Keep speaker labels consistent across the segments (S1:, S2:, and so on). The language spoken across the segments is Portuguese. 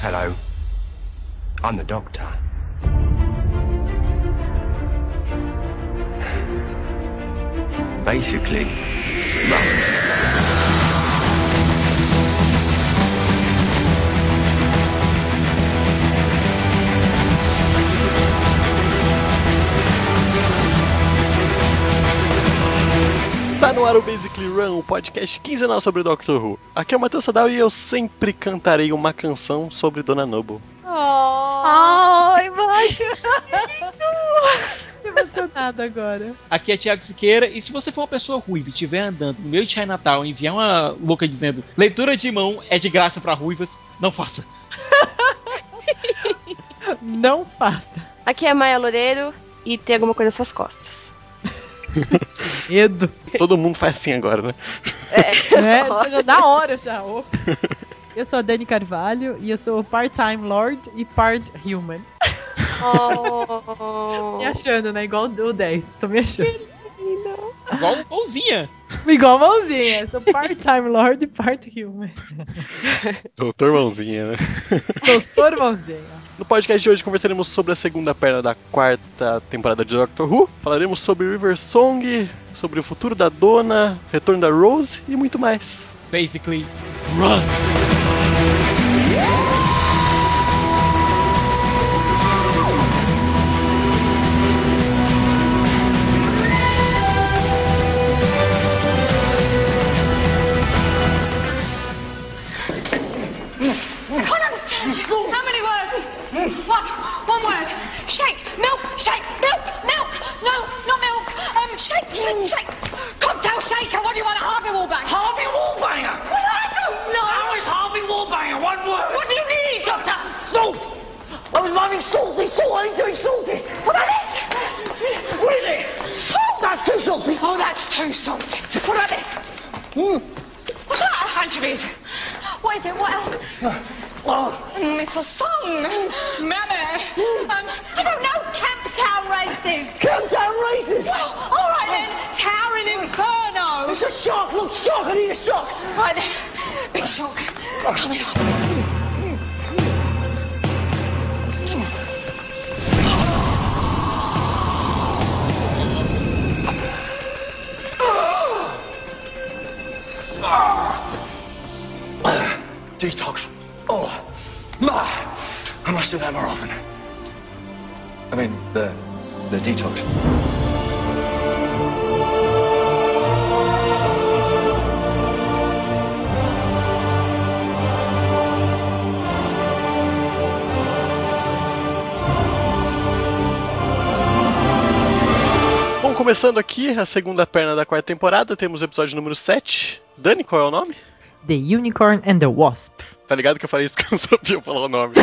S1: Hello. I'm the doctor. Basically,
S2: Tá no ar o Basically Run, o podcast quinzenal sobre Doctor Who. Aqui é o Matheus Sadal e eu sempre cantarei uma canção sobre Dona Noble.
S3: Oh,
S4: Ai, mãe!
S3: tô emocionada agora.
S5: Aqui é Thiago Siqueira, e se você for uma pessoa ruiva e estiver andando no meio de Chinatown e enviar uma louca dizendo leitura de mão é de graça pra ruivas, não faça.
S3: Não faça.
S4: Aqui é a Maia Loureiro e tem alguma coisa nessas costas.
S3: Medo.
S2: Todo mundo faz assim agora, né?
S3: Né? Seja da hora já. ô. Eu sou a Dani Carvalho e eu sou part-time lord e part-human.
S4: Oh.
S3: Me achando, né? Igual o 10. Tô me achando.
S5: Igual o Bolzinha.
S3: Igual a mãozinha. Eu sou part-time lord e part-human.
S2: Doutor Mãozinha, né?
S3: Doutor mãozinha.
S2: No podcast de hoje conversaremos sobre a segunda perna da quarta temporada de Doctor Who, falaremos sobre River Song, sobre o futuro da Dona, retorno da Rose e muito mais.
S5: Basically, run.
S6: can't understand you. How many words? One. One word. Shake. Milk. Shake. Milk. Milk. No, not milk. Um, shake. Shake. Shake. Cocktail shaker. What do you want? A Harvey Wallbanger. Harvey Wallbanger. Well, I don't know. How is Harvey Wallbanger one word? What do you need, Doctor? Salt. I was miming salty salt. I need to be salty. What about this? What is it? Salt. That's too salty. Oh, that's too salty. What about this? What's that? Anchovies. What is it? What else? Mm, it's a song. Mammoth. Um, I don't know. Camp Town Races. Camp Town Races? Well, all right then. Tower and Inferno. It's a shock. Look, shock. I need a shock. Right then. Big shock. Coming up.
S1: detox. Oh, ma. I must do that more often. I mean, the the detox.
S2: Bom, começando aqui a segunda perna da quarta temporada, temos o episódio número 7. Dani, qual é o nome?
S3: The Unicorn and the Wasp.
S2: Tá ligado que eu falei isso porque eu não sabia falar o nome.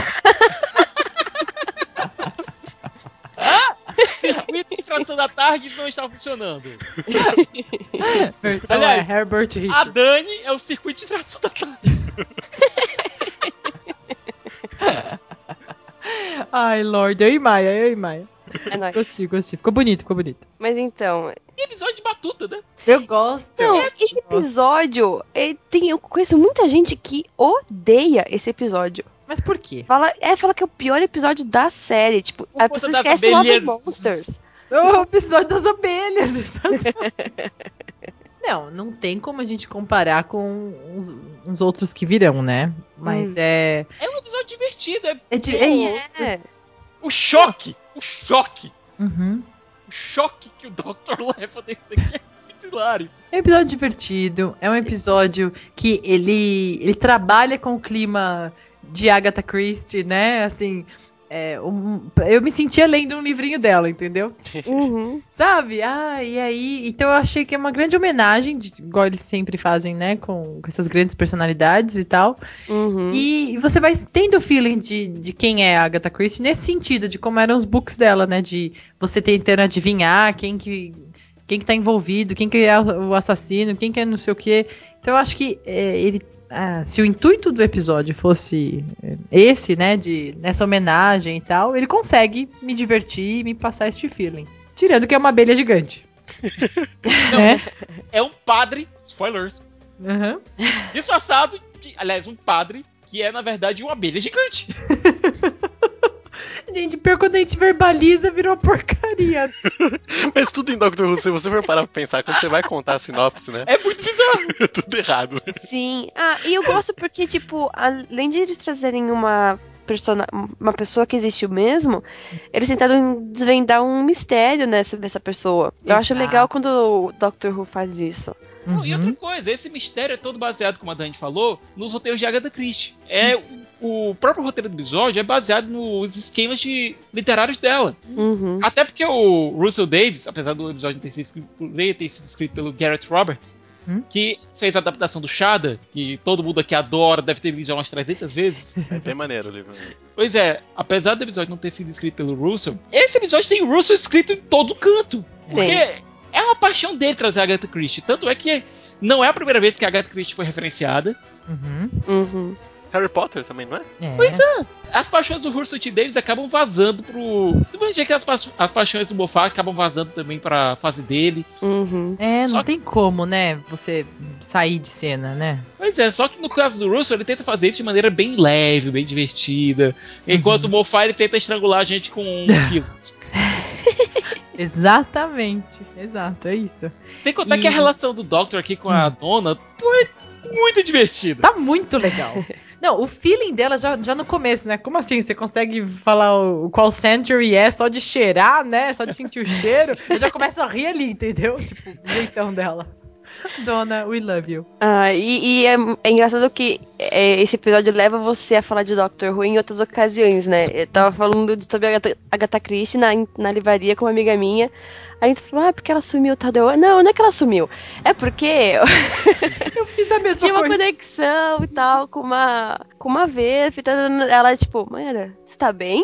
S5: Circuito de tradução da tarde não está funcionando.
S3: Versão
S5: Aliás,
S3: é Herbert
S5: A
S3: Richards.
S5: Dani é o circuito de tradução da tarde.
S3: Ai, Lorde. Eu e Maia, eu e Maia.
S4: É nóis.
S3: Gostei, gostei. Ficou bonito, ficou bonito.
S4: Mas então.
S5: Que episódio de batuta, né?
S3: Eu gosto.
S4: Então, esse episódio. eh, tem, eu conheço muita gente que odeia esse episódio.
S3: Mas por quê?
S4: Fala, é, fala que é o pior episódio da série. Tipo,
S5: Por
S4: a
S5: conta
S4: pessoa
S5: das
S4: esquece lá dos
S5: abelhas.
S4: Monsters.
S3: O episódio das abelhas. não, não tem como a gente comparar com uns, uns outros que virão, né? Mas é...
S5: É um episódio divertido. É
S3: É, de- é isso.
S4: É.
S5: o choque. O choque.
S3: Uhum.
S5: O choque que o Dr. leva desse aqui é muito hilário.
S3: É um episódio divertido. É um episódio que ele, ele trabalha com o clima de Agatha Christie, né? Assim... é, um- eu me sentia lendo um livrinho dela, entendeu?
S4: Uhum.
S3: Sabe? Ah, e aí. Então eu achei que é uma grande homenagem, de- igual eles sempre fazem, né? Com, com essas grandes personalidades e tal.
S4: Uhum.
S3: E você vai tendo o feeling de, de quem é a Agatha Christie nesse sentido, de como eram os books dela, né? De você tentando adivinhar quem que. Quem que tá envolvido, quem que é o assassino, quem que é não sei o quê. Então eu acho que é, ele. ah, se o intuito do episódio fosse é, esse, né? De, nessa homenagem e tal, ele consegue me divertir e me passar este feeling. Tirando que é uma abelha gigante.
S5: É um padre, spoilers,
S3: Aham.
S5: disfarçado de, aliás, um padre que é, na verdade, uma abelha gigante.
S3: Gente, pior quando a gente verbaliza, virou porcaria.
S2: Mas tudo em Doctor Who, se você for parar pra pensar, quando você vai contar a sinopse, né?
S5: É muito bizarro.
S2: É tudo errado.
S4: Sim. Ah, e eu gosto porque, tipo, além de eles trazerem uma persona, uma pessoa que existiu mesmo, eles tentaram desvendar um mistério, né, sobre essa pessoa. Eu acho
S3: Exato.
S4: legal quando o Doctor Who faz isso.
S5: Não, e outra coisa, esse mistério é todo baseado, como a Dani falou, nos roteiros de Agatha Christie. É, o próprio roteiro do episódio é baseado nos esquemas de- literários dela.
S4: Uhum.
S5: Até porque o Russell Davis, apesar do episódio ter sido escrito por ele, ter sido escrito pelo Garrett Roberts,
S3: Hum?
S5: que fez a adaptação do Shada, que todo mundo aqui adora, deve ter lido já umas 300 vezes.
S2: É bem maneiro o livro.
S5: Pois é, apesar do episódio não ter sido escrito pelo Russell, esse episódio tem o Russell escrito em todo canto. Porque é uma paixão dele trazer a Agatha Christie. Tanto é que não é a primeira vez que a Agatha Christie foi referenciada.
S3: Uhum.
S4: Uhum.
S2: Harry Potter também, não é?
S3: É.
S5: Pois é. As paixões do Russell T. Davis acabam vazando pro. Do mesmo jeito que as, pa- as paixões do Moffat acabam vazando também pra fase dele.
S4: Uhum.
S3: É, não
S5: Só-
S3: tem como, né? Você sair de cena, né?
S5: Pois é, só que no caso do Russell, ele tenta fazer isso de maneira bem leve, bem divertida. Enquanto
S3: Uhum.
S5: o Moffat ele tenta estrangular a gente com um filas.
S3: Exatamente. Exato, é isso.
S5: Tem que contar que a
S3: E- Hum.
S5: relação do Doctor aqui com a dona foi muito divertida.
S3: Tá muito legal. Não, o feeling dela já, já no começo, né? Como assim? Você consegue falar o, o qual century é só de cheirar, né? Só de sentir o cheiro. Eu já começo a rir ali, entendeu? Tipo, o jeitão dela. Dona, we love you.
S4: Ah, e e é, é engraçado que é, esse episódio leva você a falar de Doctor Who em outras ocasiões, né? Eu tava falando de, sobre a Agatha, Agatha Christie na, na livraria com uma amiga minha. Aí A gente falou, ah, porque ela sumiu, Tadeu. Não, não é que ela sumiu. É porque
S3: Eu fiz a mesma
S4: tinha uma
S3: coisa.
S4: conexão e tal com uma, com uma vez. Ela, tipo, Mayra, você tá bem?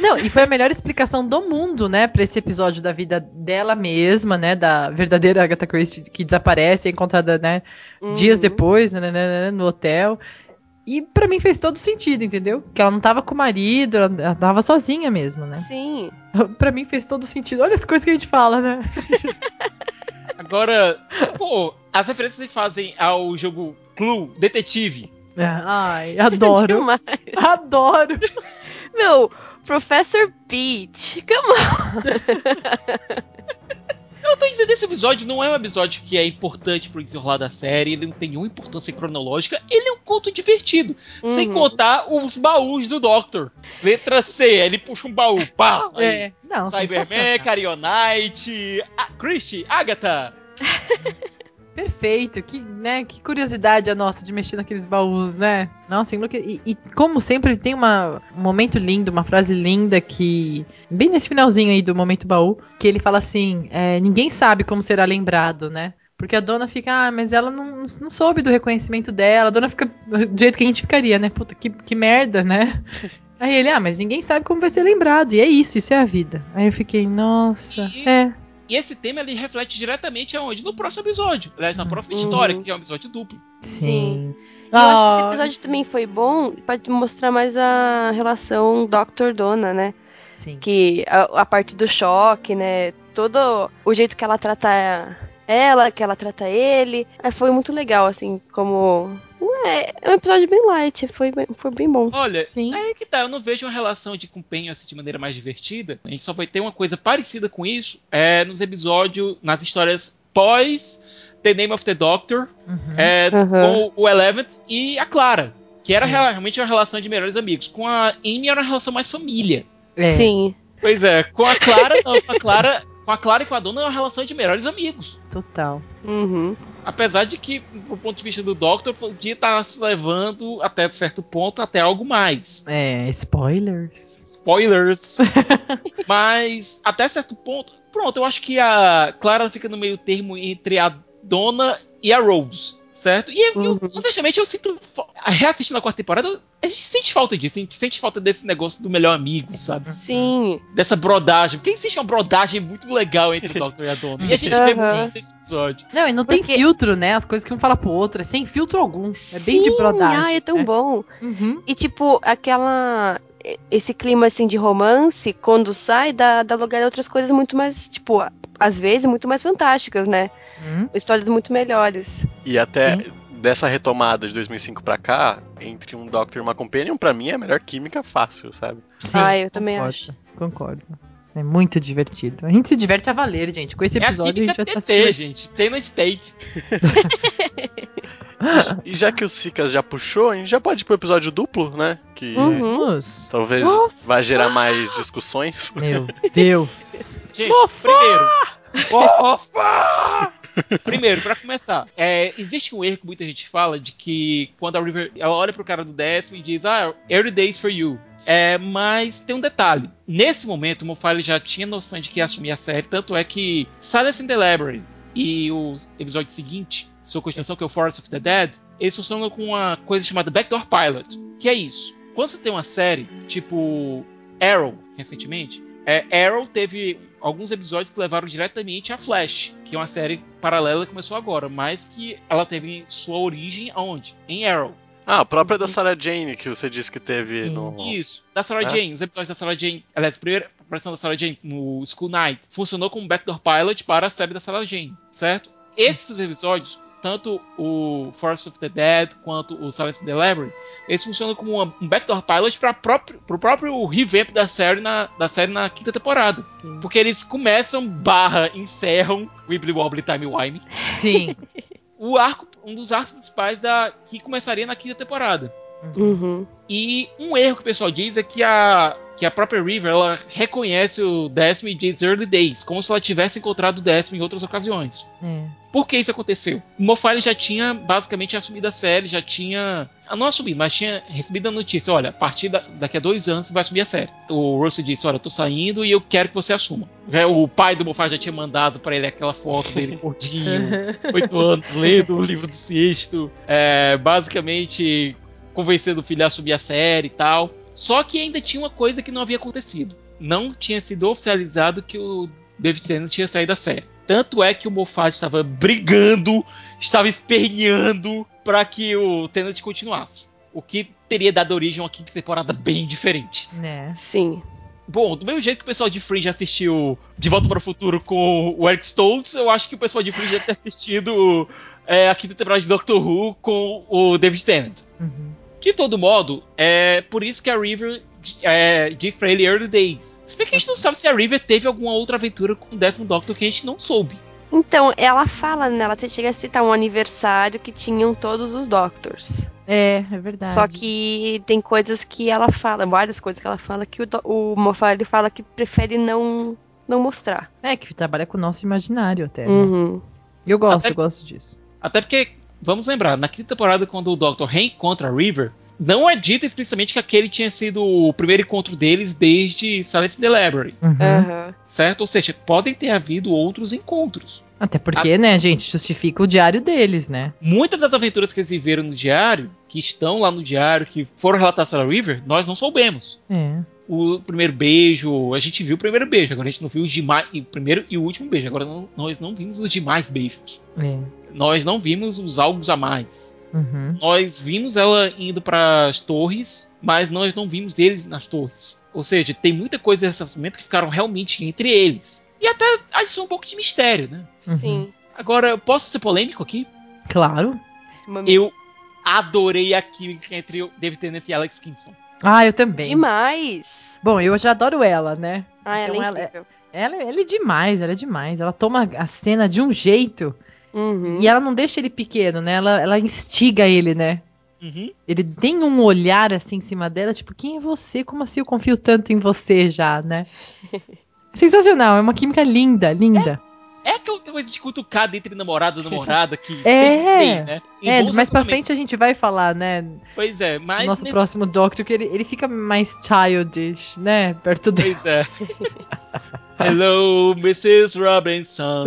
S3: Não, e foi a melhor explicação do mundo, né, pra esse episódio da vida dela mesma, né, da verdadeira Agatha Christie que desaparece, é encontrada, né, dias
S4: Uhum.
S3: depois, né, né, né, né, no hotel. E pra mim fez todo sentido, entendeu? Que ela não tava com o marido, ela ela tava sozinha mesmo, né?
S4: Sim.
S3: Pra mim fez todo sentido. Olha as coisas que a gente fala, né?
S5: Agora, pô, as referências que fazem ao jogo Clue, Detetive.
S3: É. Ai, adoro.
S4: Demais.
S3: adoro.
S4: Meu, Professor Peach. Come on.
S5: Eu tô dizendo, esse episódio não é um episódio que é importante pro desenrolar da série, ele não tem nenhuma importância cronológica, ele é um conto divertido. Sem
S3: Hum.
S4: Uhum.
S5: contar os baús do Doctor. Letra C, ele puxa um baú, pá! aí
S3: É, não,
S5: Cyberman,
S3: sensacional.
S5: Carionite, a Christie, Agatha.
S3: Perfeito, que, né, que curiosidade a nossa de mexer naqueles baús, né? Nossa, enlouque... e, e como sempre tem uma, um momento lindo, uma frase linda que... Bem nesse finalzinho aí do momento baú, que ele fala assim, é, ninguém sabe como será lembrado, né? Porque a dona fica, ah, mas ela não, não soube do reconhecimento dela, a dona fica do jeito que a gente ficaria, né? Puta, que, que merda, né? Aí ele, ah, mas ninguém sabe como vai ser lembrado, e é isso, isso é a vida. Aí eu fiquei, nossa,
S5: E-
S3: é...
S5: E esse tema ele reflete diretamente aonde? No próximo episódio. Aliás, na próxima
S4: Uhum.
S5: história, que é um episódio duplo.
S4: Sim. E Eu acho que
S3: Ah,
S4: esse episódio também foi bom pra te mostrar mais a relação Doctor-Dona, né?
S3: sim.
S4: Que a, a parte do choque, né? Todo o jeito que ela trata ela, que ela trata ele. Ah, foi muito legal, assim, como. Ué, é um episódio bem light, foi, bem- foi bem bom.
S5: Olha,
S3: Sim.
S5: aí que tá. Eu não vejo uma relação de compenho assim de maneira mais divertida. A gente só vai ter uma coisa parecida com isso é, nos episódios, nas histórias pós The Name of the Doctor,
S3: Uhum.
S5: é,
S4: Uhum.
S5: com o Eleventh e a Clara. Que era
S3: Sim.
S5: realmente uma relação de melhores amigos. Com a Amy era uma relação mais família.
S3: É.
S4: Sim.
S5: Pois é, com a Clara, não, com a Clara, com a Clara e com a Dona é uma relação de melhores amigos.
S3: Total.
S4: Uhum.
S5: Apesar de que, do ponto de vista do Doctor, podia estar se levando até certo ponto até algo mais.
S3: É, spoilers.
S5: Spoilers. Mas até certo ponto, pronto, eu acho que a Clara fica no meio termo entre a Dona e a Rose. Certo? E eu, eu,
S4: Uhum.
S5: honestamente, eu sinto. fa- Reassistindo a quarta temporada, a gente sente falta disso. A gente sente falta desse negócio do melhor amigo, sabe?
S4: Sim.
S5: dessa brodagem. Porque existe uma brodagem muito legal entre o Doctor e a Dona. E a gente vê
S4: Aham.
S5: muito nesse episódio.
S3: Não, e não tem filtro, né? As coisas que um fala pro outro, é sem filtro algum. É bem de
S4: Sim,
S3: brodagem. né?
S4: Ah, é tão bom.
S3: Uhum.
S4: E tipo, aquela. Esse clima assim de romance, quando sai, dá, dá lugar a outras coisas muito mais, tipo, a- às vezes muito mais fantásticas, né?
S3: Uhum.
S4: Histórias muito melhores.
S2: E até dessa retomada de 2005 pra cá, entre um Doctor e uma Companion, pra mim é a melhor química fácil, sabe?
S3: Sim,
S4: Ah, eu também
S3: concordo,
S4: acho.
S3: Concordo. É muito divertido. A gente se diverte a valer, gente. Com esse
S5: é a
S3: episódio a,
S5: química
S3: gente já tá
S5: TT, gente. Tenant Tate.
S2: E já que o Sicas já puxou, a gente já pode ir pro episódio duplo, né?
S3: É.
S2: Que
S4: Uhum.
S3: Vamos.
S2: talvez
S4: Ufa!
S2: vá gerar mais discussões.
S3: Meu Deus.
S5: Gente, primeiro. Primeiro, pra começar, é, existe um erro que muita gente fala de que quando a River ela olha pro cara do décimo e diz, ah, early days for you. É, mas tem um detalhe. Nesse momento, o Mofale já tinha noção de que ia assumir a série, tanto é que Silence in the Library e o episódio seguinte, sua continuação, que é o Forest of the Dead, eles funcionam com uma coisa chamada Backdoor Pilot, que é isso. Quando você tem uma série, tipo Arrow, recentemente, é, Arrow teve alguns episódios que levaram diretamente a Flash, que é uma série paralela que começou agora, mas que ela teve sua origem aonde? Em Arrow.
S2: Ah, a própria da Sarah Jane, que você disse que teve
S3: Sim.
S2: no.
S5: Isso, da Sarah
S2: É?
S5: Jane, os episódios da Sarah Jane, aliás, a primeira aparição da Sarah Jane no School Night funcionou como backdoor pilot para a série da Sarah Jane, certo? Esses episódios, tanto o Force of the Dead quanto o Silence of the Library, eles funcionam como uma- um backdoor pilot para próprio, pro próprio revamp da série na, da série na quinta temporada. Porque eles começam, barra, encerram Wibbly Wobbly Time Wime
S3: Sim.
S5: o arco, um dos arcos principais da que começaria na quinta temporada.
S4: Uhum.
S5: E um erro que o pessoal diz é que a, que a própria River ela reconhece o décimo e diz Early Days, como se ela tivesse encontrado o décimo em outras ocasiões.
S3: É.
S5: Por que isso aconteceu? O Moffat já tinha basicamente assumido a série, já tinha. ah, Não assumido, mas tinha recebido a notícia: olha, a partir da, daqui a dois anos você vai assumir a série. O Russell disse: olha, eu tô saindo e eu quero que você assuma. Já- O pai do Moffat já tinha mandado pra ele aquela foto dele gordinho, oito anos lendo o livro do Sexto, é, basicamente convencendo o filho a subir a série e tal. Só que ainda tinha uma coisa que não havia acontecido. Não tinha sido oficializado que o David Tennant tinha saído da série. Tanto é que o Moffat estava brigando, estava esperneando para que o Tennant continuasse. O que teria dado origem a uma quinta temporada bem diferente.
S3: Né?
S4: Sim.
S5: Bom, do mesmo jeito que o pessoal de Fringe assistiu De Volta para o Futuro com o Eric Stoltz, eu acho que o pessoal de Fringe deve ter assistido é, a quinta temporada de Doctor Who com o David Tennant.
S3: Uhum.
S5: De todo modo, é por isso que a River é, diz pra ele Early Days. Se bem que a gente não sabe se a River teve alguma outra aventura com o décimo Doctor que a gente não soube.
S4: Então, ela fala, né? Ela até chega a citar um aniversário que tinham todos os Doctors.
S3: É, é verdade.
S4: Só que tem coisas que ela fala, várias coisas que ela fala, que o, do- o Moffat ele fala que prefere não, não mostrar.
S3: É, que trabalha com o nosso imaginário até. né?
S4: Uhum.
S3: E Eu gosto,
S5: Até-
S3: eu gosto disso.
S5: Até porque, vamos lembrar, na quinta temporada, quando o Doctor reencontra a River, não é dito explicitamente que aquele tinha sido o primeiro encontro deles desde Silence in the Library.
S4: É.
S3: Uhum.
S4: Aham.
S5: certo? Ou seja, podem ter havido outros encontros.
S3: Até porque, né, gente, justifica o diário deles, né?
S5: Muitas das aventuras que eles viveram no diário, que estão lá no diário, que foram relatadas pela River, nós não soubemos.
S3: É.
S5: O primeiro beijo, a gente viu o primeiro beijo, agora a gente não viu os demais. O primeiro e o último beijo, agora não- nós não vimos os demais beijos.
S3: É.
S5: Nós não vimos os algos a mais.
S3: Uhum.
S5: Nós vimos ela indo para as torres, mas nós não vimos eles nas torres. Ou seja, tem muita coisa nesse assunto que ficaram realmente entre eles. E até adiciona um pouco de mistério, né?
S3: Uhum.
S4: Sim.
S5: Agora, eu posso ser polêmico aqui?
S3: Claro.
S4: Mamilos.
S5: Adorei a química entre o David Tennant e Alex Kingston.
S3: Ah, eu também.
S4: Demais!
S3: Bom, eu já adoro ela, né?
S4: Ah,
S3: Então
S4: ela
S3: ela
S4: é
S3: é-
S4: incrível.
S3: Ela, ela é demais, ela é demais. Ela toma a cena de um jeito
S4: Uhum.
S3: e ela não deixa ele pequeno, né? Ela, ela instiga ele, né?
S5: Uhum.
S3: Ele tem um olhar assim em cima dela, tipo, quem é você? Como assim eu confio tanto em você já, né? Sensacional, é uma química linda, linda.
S5: É aquela coisa de cutucada entre namorado e namorada que
S3: É.
S5: tem, né? Em
S3: É,
S5: bons
S3: mais pra
S5: relacionamentos.
S3: frente a gente vai falar, né?
S5: Pois é,
S3: do
S5: mas.
S3: nosso
S5: nesse-
S3: próximo Doctor, que ele, ele fica mais childish, né? Perto dele.
S5: Pois é. Hello, Mrs. Robinson.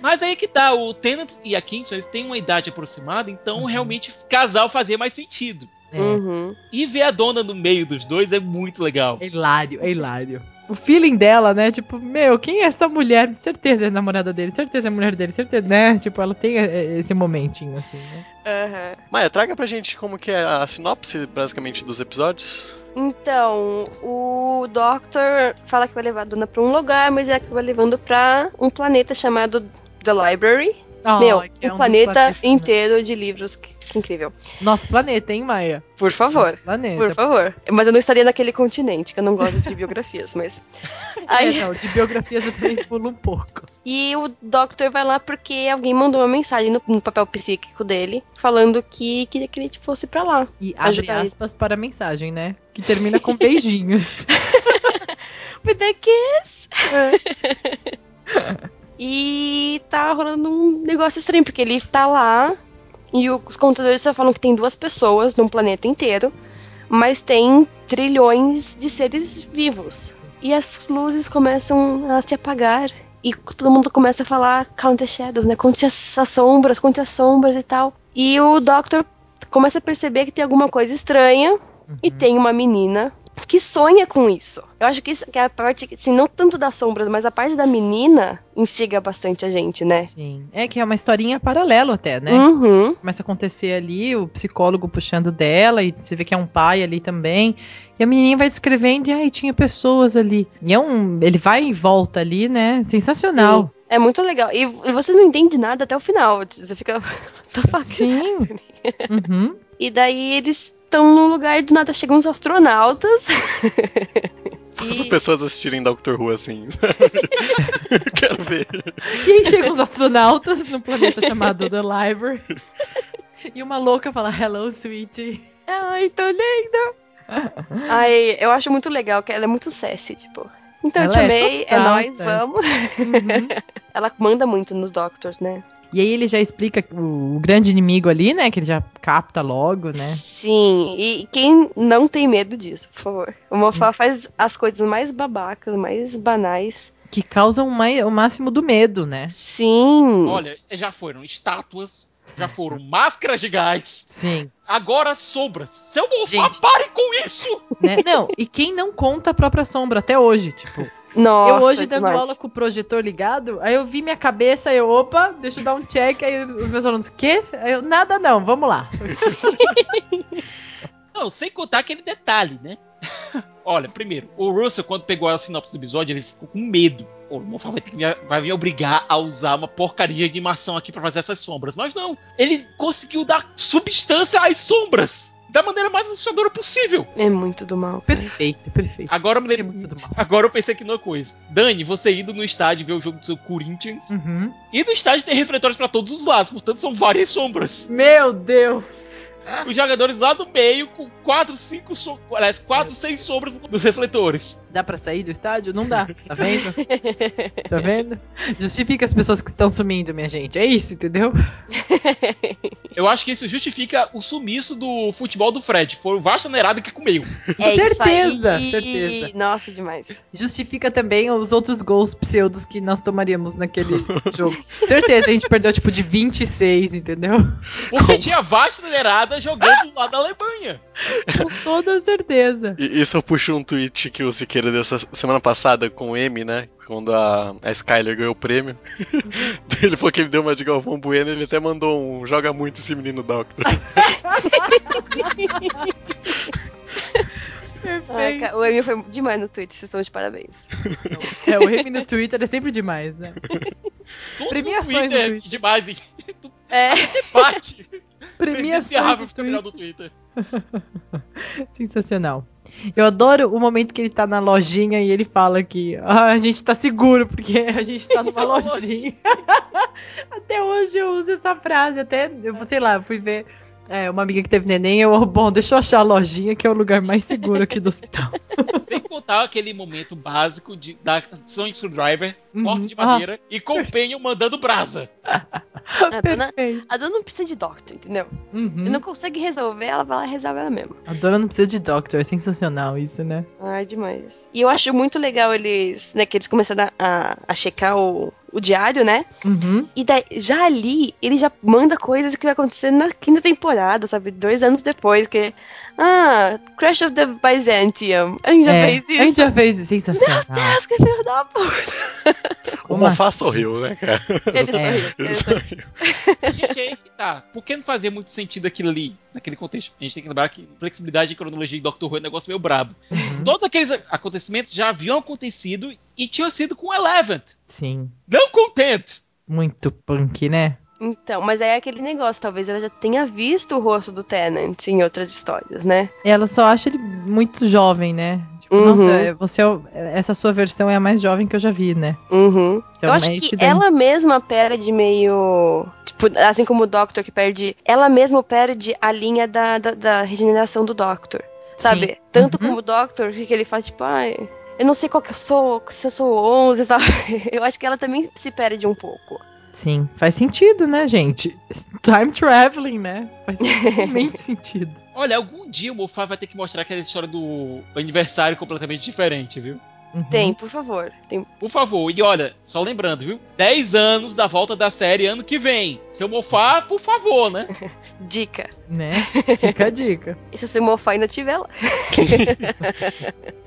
S5: Mas aí que tá, o Tennant e a Kingston, eles têm uma idade aproximada, então
S3: Uhum.
S5: realmente casal fazia mais sentido.
S3: É.
S4: Uhum.
S5: E ver a dona no meio dos dois é muito legal.
S3: é hilário, é hilário. O feeling dela, né? Tipo, meu, quem é essa mulher? Certeza é a namorada dele, certeza é a mulher dele, certeza, né? Tipo, ela tem é, esse momentinho, assim, né?
S4: Aham.
S2: Maia, traga pra gente como que é a sinopse, basicamente, dos episódios.
S4: Então, o Doctor fala que vai levar a Dona pra um lugar, mas é que vai levando pra um planeta chamado The Library.
S3: Ah,
S4: Meu,
S3: que é
S4: um
S3: dos
S4: planeta
S3: planetas, né?
S4: inteiro de livros. Que, que incrível.
S3: Nosso planeta, hein, Maia?
S4: Por favor.
S3: Planeta.
S4: Por favor. Mas eu não estaria naquele continente, que eu não gosto de biografias, mas. Aí-
S3: É, não, de biografias eu também pulo um pouco.
S4: E o Doctor vai lá porque alguém mandou uma mensagem no, no papel psíquico dele, falando que queria que ele fosse pra lá.
S3: E abre
S4: Ajuda aí.
S3: aspas para a mensagem, né? Que termina com beijinhos.
S4: With a kiss! e tá rolando um negócio estranho, porque ele tá lá e o- os contadores só falam que tem duas pessoas num planeta inteiro, mas tem trilhões de seres vivos. E as luzes começam a se apagar. E todo mundo começa a falar Count the Shadows, né? Conte as, as sombras, conte as sombras e tal. E o Doctor começa a perceber que tem alguma coisa estranha. E tem uma menina que sonha com isso. Eu acho que isso que é a parte, que, assim, não tanto das sombras, mas a parte da menina instiga bastante a gente, né?
S3: Sim. É que é uma historinha paralelo até, né?
S4: Uhum.
S3: Começa a acontecer ali, o psicólogo puxando dela, e você vê que é um pai ali também. E a menininha vai descrevendo, e aí tinha pessoas ali. E é um. Ele vai e volta ali, né? Sensacional.
S4: É muito legal. E, e você não entende nada até o final. Você fica. Tô
S3: Sim. Uhum.
S4: E daí eles estão num lugar e do nada chegam uns astronautas.
S2: As
S4: e...
S2: pessoas assistirem Doctor Who assim. sabe? Quero ver.
S3: E aí chegam os astronautas num planeta chamado The Library. E uma louca fala, hello, sweetie.
S4: Ai, tô linda! Ai, eu acho muito legal, que ela é muito sassy, tipo. Então eu
S3: Ela
S4: te
S3: é
S4: amei, é,
S3: total,
S4: nóis,
S3: sassy.
S4: vamos.
S3: Uhum.
S4: Ela manda muito nos Doctors, né?
S3: E aí ele já explica o, o grande inimigo ali, né? Que ele já capta logo, né?
S4: Sim, e quem não tem medo disso, por favor. O
S3: Hum.
S4: Mofá faz as coisas mais babacas, mais banais.
S3: Que causam o, mai- o máximo do medo, né?
S4: Sim.
S5: Olha, já foram estátuas, já foram máscaras gigantes,
S3: Sim.
S5: agora sombras. Seu Mofá,
S3: Gente.
S5: pare com isso!
S3: Né? Não, e quem não conta a própria sombra até hoje, tipo.
S4: Nossa,
S3: eu hoje dando
S4: demais.
S3: aula com o projetor ligado, aí eu vi minha cabeça, aí eu, opa, deixa eu dar um check, aí os meus alunos, quê? Aí eu, nada não, vamos lá.
S5: Não, sem contar aquele detalhe, né? Olha, primeiro, o Russell, quando pegou a sinopse do episódio, ele ficou com medo. Ô, O Mofá vai, ter que me, vai me obrigar a usar uma porcaria de maçã aqui pra fazer essas sombras. Mas não, ele conseguiu dar substância às sombras da maneira mais assustadora possível.
S4: É muito do mal. cara.
S3: Perfeito, perfeito.
S5: Agora eu me
S3: É
S5: lembro.
S3: muito do mal.
S5: Agora eu pensei que numa coisa. Dani, você indo no estádio ver o jogo do seu Corinthians.
S3: Uhum.
S5: E no estádio tem refletores pra todos os lados, portanto são várias sombras.
S3: Meu Deus!
S5: Os jogadores lá no meio com quatro, cinco, so... aliás, quatro, seis sombras dos refletores.
S3: Dá pra sair do estádio? Não dá, tá vendo? tá vendo? Justifica as pessoas que estão sumindo, minha gente. É isso, entendeu?
S5: Eu acho que isso justifica o sumiço do futebol do Fred. Foi o Vasco Neirado que comeu.
S4: É isso
S3: Certeza,
S4: aí.
S3: certeza.
S4: Nossa, demais.
S3: Justifica também os outros gols pseudos que nós tomaríamos naquele jogo. Certeza, a gente perdeu tipo de 26, entendeu?
S5: Porque tinha Vasco Neirada jogando lá da Alemanha.
S3: Com toda certeza.
S2: E isso eu puxo um tweet que o Siqueira deu essa semana passada com o M, né? Quando a, a Skyler ganhou o prêmio.
S3: Uhum.
S2: ele falou que ele deu uma de Galvão Bueno ele até mandou um joga muito esse menino Doctor.
S4: Ai,
S3: Perfeito.
S4: ca- o Emil foi demais no Twitter, vocês estão de parabéns.
S3: É, o M no Twitter é sempre demais, né?
S5: Tudo
S3: Premiações
S5: no
S3: do
S5: Twitter
S3: Twitter.
S5: demais, hein?
S4: É.
S5: Bate.
S3: Premiação
S5: Premiação.
S3: do
S5: fica melhor do Twitter.
S3: Sensacional. Eu adoro o momento que ele tá na lojinha e ele fala que "Ah, a gente tá seguro porque a gente tá numa lojinha. até hoje eu uso essa frase, até, eu, sei lá, fui ver é, uma amiga que teve neném, eu, "Oh, bom, deixa eu achar a lojinha que é o lugar mais seguro aqui do hospital.
S5: Sem contar aquele momento básico de, da Sonic Screwdriver,
S3: Uhum.
S5: corte de
S3: Ah.
S5: madeira e com o Penho mandando brasa.
S4: A Ah, dona,
S3: Perfeito.
S4: a dona não precisa de Doctor, entendeu?
S3: Uhum.
S4: Não consegue resolver, ela vai lá e resolve ela mesma.
S3: A Dora não precisa de doctor, é sensacional isso, né?
S4: Ai, demais. E eu acho muito legal eles, né, que eles começaram a- a, a checar o, o diário, né?
S3: Uhum.
S4: E daí, já ali, ele já manda coisas que vai acontecer na quinta temporada, sabe? Dois anos depois, que... Ah, Crash of the Byzantium. A gente já
S3: É,
S4: fez isso.
S3: A gente já fez isso, sensacional.
S4: Nossa, que filho da puta.
S2: O
S3: Uma-
S2: Mofá sorriu, né, cara?
S4: Ele
S3: É.
S4: sorriu, ele sorriu.
S5: Gente, aí que tá. Por que não fazia muito sentido aquilo ali, naquele contexto? A gente tem que lembrar que flexibilidade e cronologia de Doctor Who é um negócio meio brabo. Todos aqueles acontecimentos já haviam acontecido e tinham sido com Eleven.
S3: Sim.
S5: Não contente
S3: Muito punk, né?
S4: Então, mas aí é aquele negócio, talvez ela já tenha visto o rosto do Tenant em outras histórias, né?
S3: E ela só acha ele muito jovem, né? Tipo,
S4: Uhum.
S3: nossa, você é o- essa sua versão é a mais jovem que eu já vi, né?
S4: Uhum.
S3: Então,
S4: eu acho
S3: é
S4: que
S3: isso daí.
S4: ela mesma perde meio. Tipo, assim como o Doctor que perde. Ela mesma perde a linha da, da, da regeneração do Doctor. Sabe?
S3: Sim.
S4: Tanto
S3: Uhum.
S4: como o Doctor, que ele faz, tipo, ai. Eu não sei qual que eu sou, se eu sou 11, sabe? Eu acho que ela também se perde um pouco.
S3: Sim, faz sentido, né, gente? Time traveling, né? Faz totalmente sentido.
S5: Olha, algum dia o Mofá vai ter que mostrar aquela história do aniversário completamente diferente, viu?
S3: Uhum.
S4: Tem, por favor. Tem...
S5: Por favor, e olha, só lembrando, viu? 10 anos da volta da série ano que vem. Seu Mofá, por favor, né?
S4: Dica.
S3: Né? Fica a dica.
S4: E se o seu Mofá ainda tiver lá?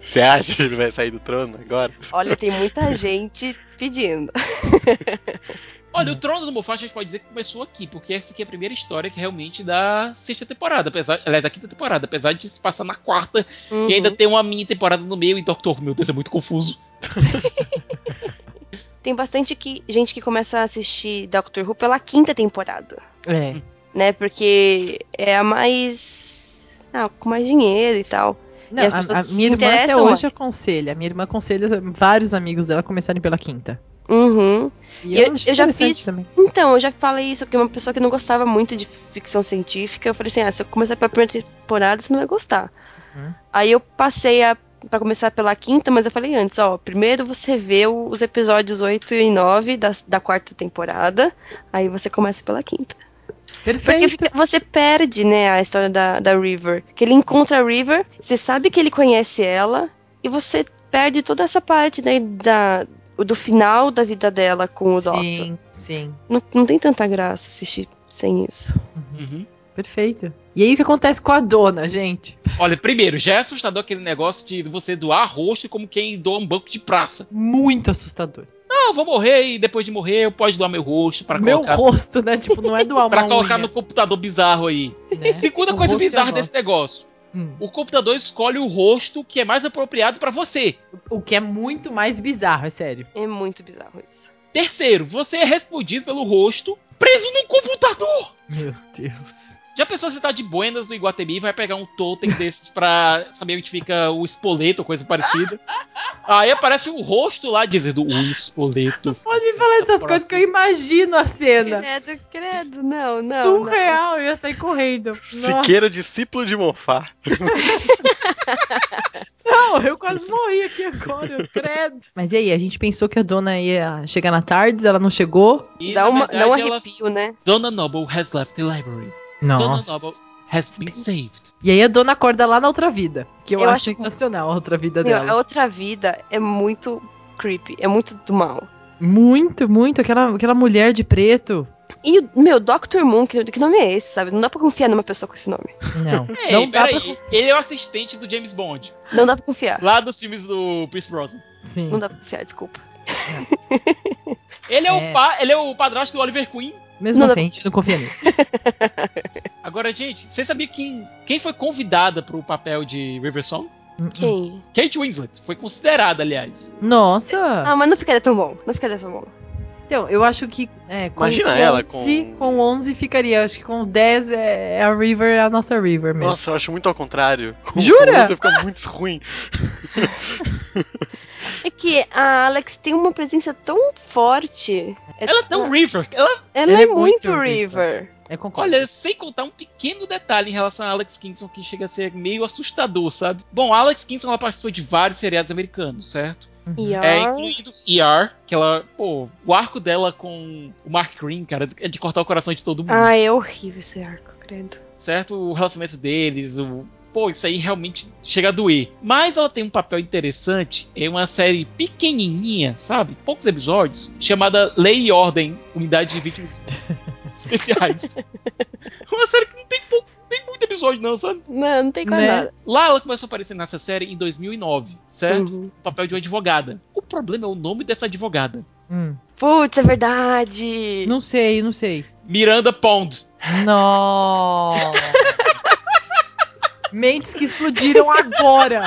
S2: Você acha que ele vai sair do trono agora?
S4: Olha, tem muita gente pedindo.
S5: Olha,
S3: Hum.
S5: o Trono do Mofá a gente pode dizer que começou aqui, porque essa aqui é a primeira história que realmente da sexta temporada, apesar, ela é da quinta temporada, apesar de se passar na quarta
S4: Uhum.
S5: e ainda tem uma mini temporada no meio e Doctor, meu Deus, é muito confuso.
S4: Tem bastante que, gente que começa a assistir Doctor Who pela quinta temporada.
S3: É.
S4: né? Porque é a mais. Ah, com mais dinheiro e tal.
S3: Não,
S4: E as
S3: a- a,
S4: pessoas se
S3: minha irmã até
S4: interessam
S3: hoje
S4: mais.
S3: aconselha. A minha irmã aconselha vários amigos dela começarem pela quinta.
S4: Uhum.
S3: E
S4: Eu-
S3: eu, acho
S4: eu já
S3: interessante
S4: fiz-
S3: também.
S4: Então, eu já falei isso, porque uma pessoa que não gostava muito de ficção científica, eu falei assim: ah, se eu começar pela primeira temporada, você não vai gostar.
S3: Uhum.
S4: Aí eu passei a. Pra começar pela quinta, mas eu falei antes, ó, primeiro você vê o- os episódios 8 e 9 da, da quarta temporada, aí você começa pela quinta. Porque
S3: Perfeito.
S4: fica- você perde, né, a história da, da River. Que ele encontra a River, você sabe que ele conhece ela, e você perde toda essa parte né, da, do final da vida dela com o Doctor.
S3: Sim, sim.
S4: Não, não tem tanta graça assistir sem isso.
S5: Uhum.
S3: Perfeito. E aí o que acontece com a dona, gente?
S5: Olha, primeiro, já é assustador aquele negócio de você doar rosto como quem doa um banco de praça.
S3: Muito assustador.
S5: Ah, eu vou morrer e depois de morrer eu posso doar meu rosto pra
S3: Meu
S5: colocar,
S3: rosto, né? Tipo, não é do alma. né?
S5: pra colocar no computador bizarro aí. Segunda coisa
S3: é
S5: bizarra desse negócio.
S3: Hum.
S5: O computador escolhe o rosto que é mais apropriado pra você.
S3: O que é muito mais bizarro, é sério.
S4: É muito bizarro isso.
S5: Terceiro, você é respondido pelo rosto preso no computador.
S3: Meu Deus.
S5: Já pensou se tá de Buenas no Iguatemi e vai pegar um totem desses pra saber onde fica o espoleto ou coisa parecida? Aí aparece o rosto lá dizendo o espoleto. Tá
S3: Pode me falar dessas
S5: Próximo.
S3: coisas que eu imagino a cena.
S4: Credo, credo, não, não.
S3: Surreal, eu ia sair correndo. Nossa,
S2: Siqueira, discípulo de Mofá.
S3: não, eu quase morri aqui agora, eu credo. Mas e aí, a gente pensou que a dona ia chegar na tarde, ela não chegou?
S5: E,
S4: Dá
S5: na
S4: uma, dá um
S5: verdade, ela-
S4: arrepio, né?
S5: Donna Noble has left the library. Dona Noble
S3: Nossa.
S5: has been saved.
S3: E aí a dona acorda lá na outra vida, que eu,
S4: Eu
S3: acho
S4: acho-
S3: sensacional a outra vida
S4: Meu,
S3: dela.
S4: a outra vida é muito creepy, é muito do mal.
S3: Muito, muito, aquela, aquela mulher de preto.
S4: E, o- meu, Dr. Moon, que, que nome é esse, sabe? Não dá pra confiar numa pessoa com esse nome.
S3: Não,
S5: Ei,
S3: não dá
S5: peraí,
S3: pra...
S5: ele é o assistente do James Bond,
S4: Não dá pra confiar.
S5: lá dos filmes do Pierce Brosnan.
S3: Sim.
S4: Não dá pra confiar, desculpa.
S5: Ele é,
S3: É.
S5: O pa, ele é o padrasto do Oliver Queen.
S3: Mesmo
S4: Não dá
S3: assim, a gente não confia nele.
S5: Agora, gente, você sabia quem, quem foi convidada pro papel de River Song?
S4: Quem?
S5: Kate Winslet. Foi considerada, aliás.
S3: Nossa!
S4: Ah, mas não ficaria tão bom. Não ficaria tão bom.
S3: Então, eu acho que é, com,
S2: Imagina
S3: com
S2: ela
S3: 11,
S2: com-
S3: com 11 ficaria. Acho que com 10 é é a River, é a nossa River mesmo.
S2: Nossa, eu acho muito ao contrário. Com-
S3: Jura?
S2: com Você fica muito ruim.
S4: É que a Alex tem uma presença tão forte. É-
S5: Ela é tão River. Ela,
S4: Ela
S3: Ela
S4: é,
S3: é muito
S4: muito
S3: River.
S4: River.
S3: É concordo.
S5: olha, sem contar um pequeno detalhe em relação a Alex Kingston, que chega a ser meio assustador, sabe? Bom, a Alex Kingston ela participou de vários seriados americanos, certo?
S4: E
S5: É,
S4: a...
S5: incluindo ER, que ela, pô, o arco dela com o Mark Green, cara, é de cortar o coração de todo mundo.
S4: Ah, é horrível esse arco, credo.
S5: certo? O relacionamento deles, o. Pô, isso aí realmente chega a doer. Mas ela tem um papel interessante em uma série pequenininha, sabe? Poucos episódios, chamada Lei e Ordem Unidade de Vítimas Especiais. uma série que não tem, pouco, tem muito episódio, não, sabe?
S4: Não, não tem quase
S3: Né?
S4: nada.
S5: Lá ela começou a aparecer nessa série em 2009, certo?
S4: Uhum.
S5: O papel de uma advogada. O problema é o nome dessa advogada:
S3: Hum.
S4: Putz, é verdade.
S3: Não sei, não sei.
S5: Miranda Pond.
S3: Nossa! Mentes que explodiram agora!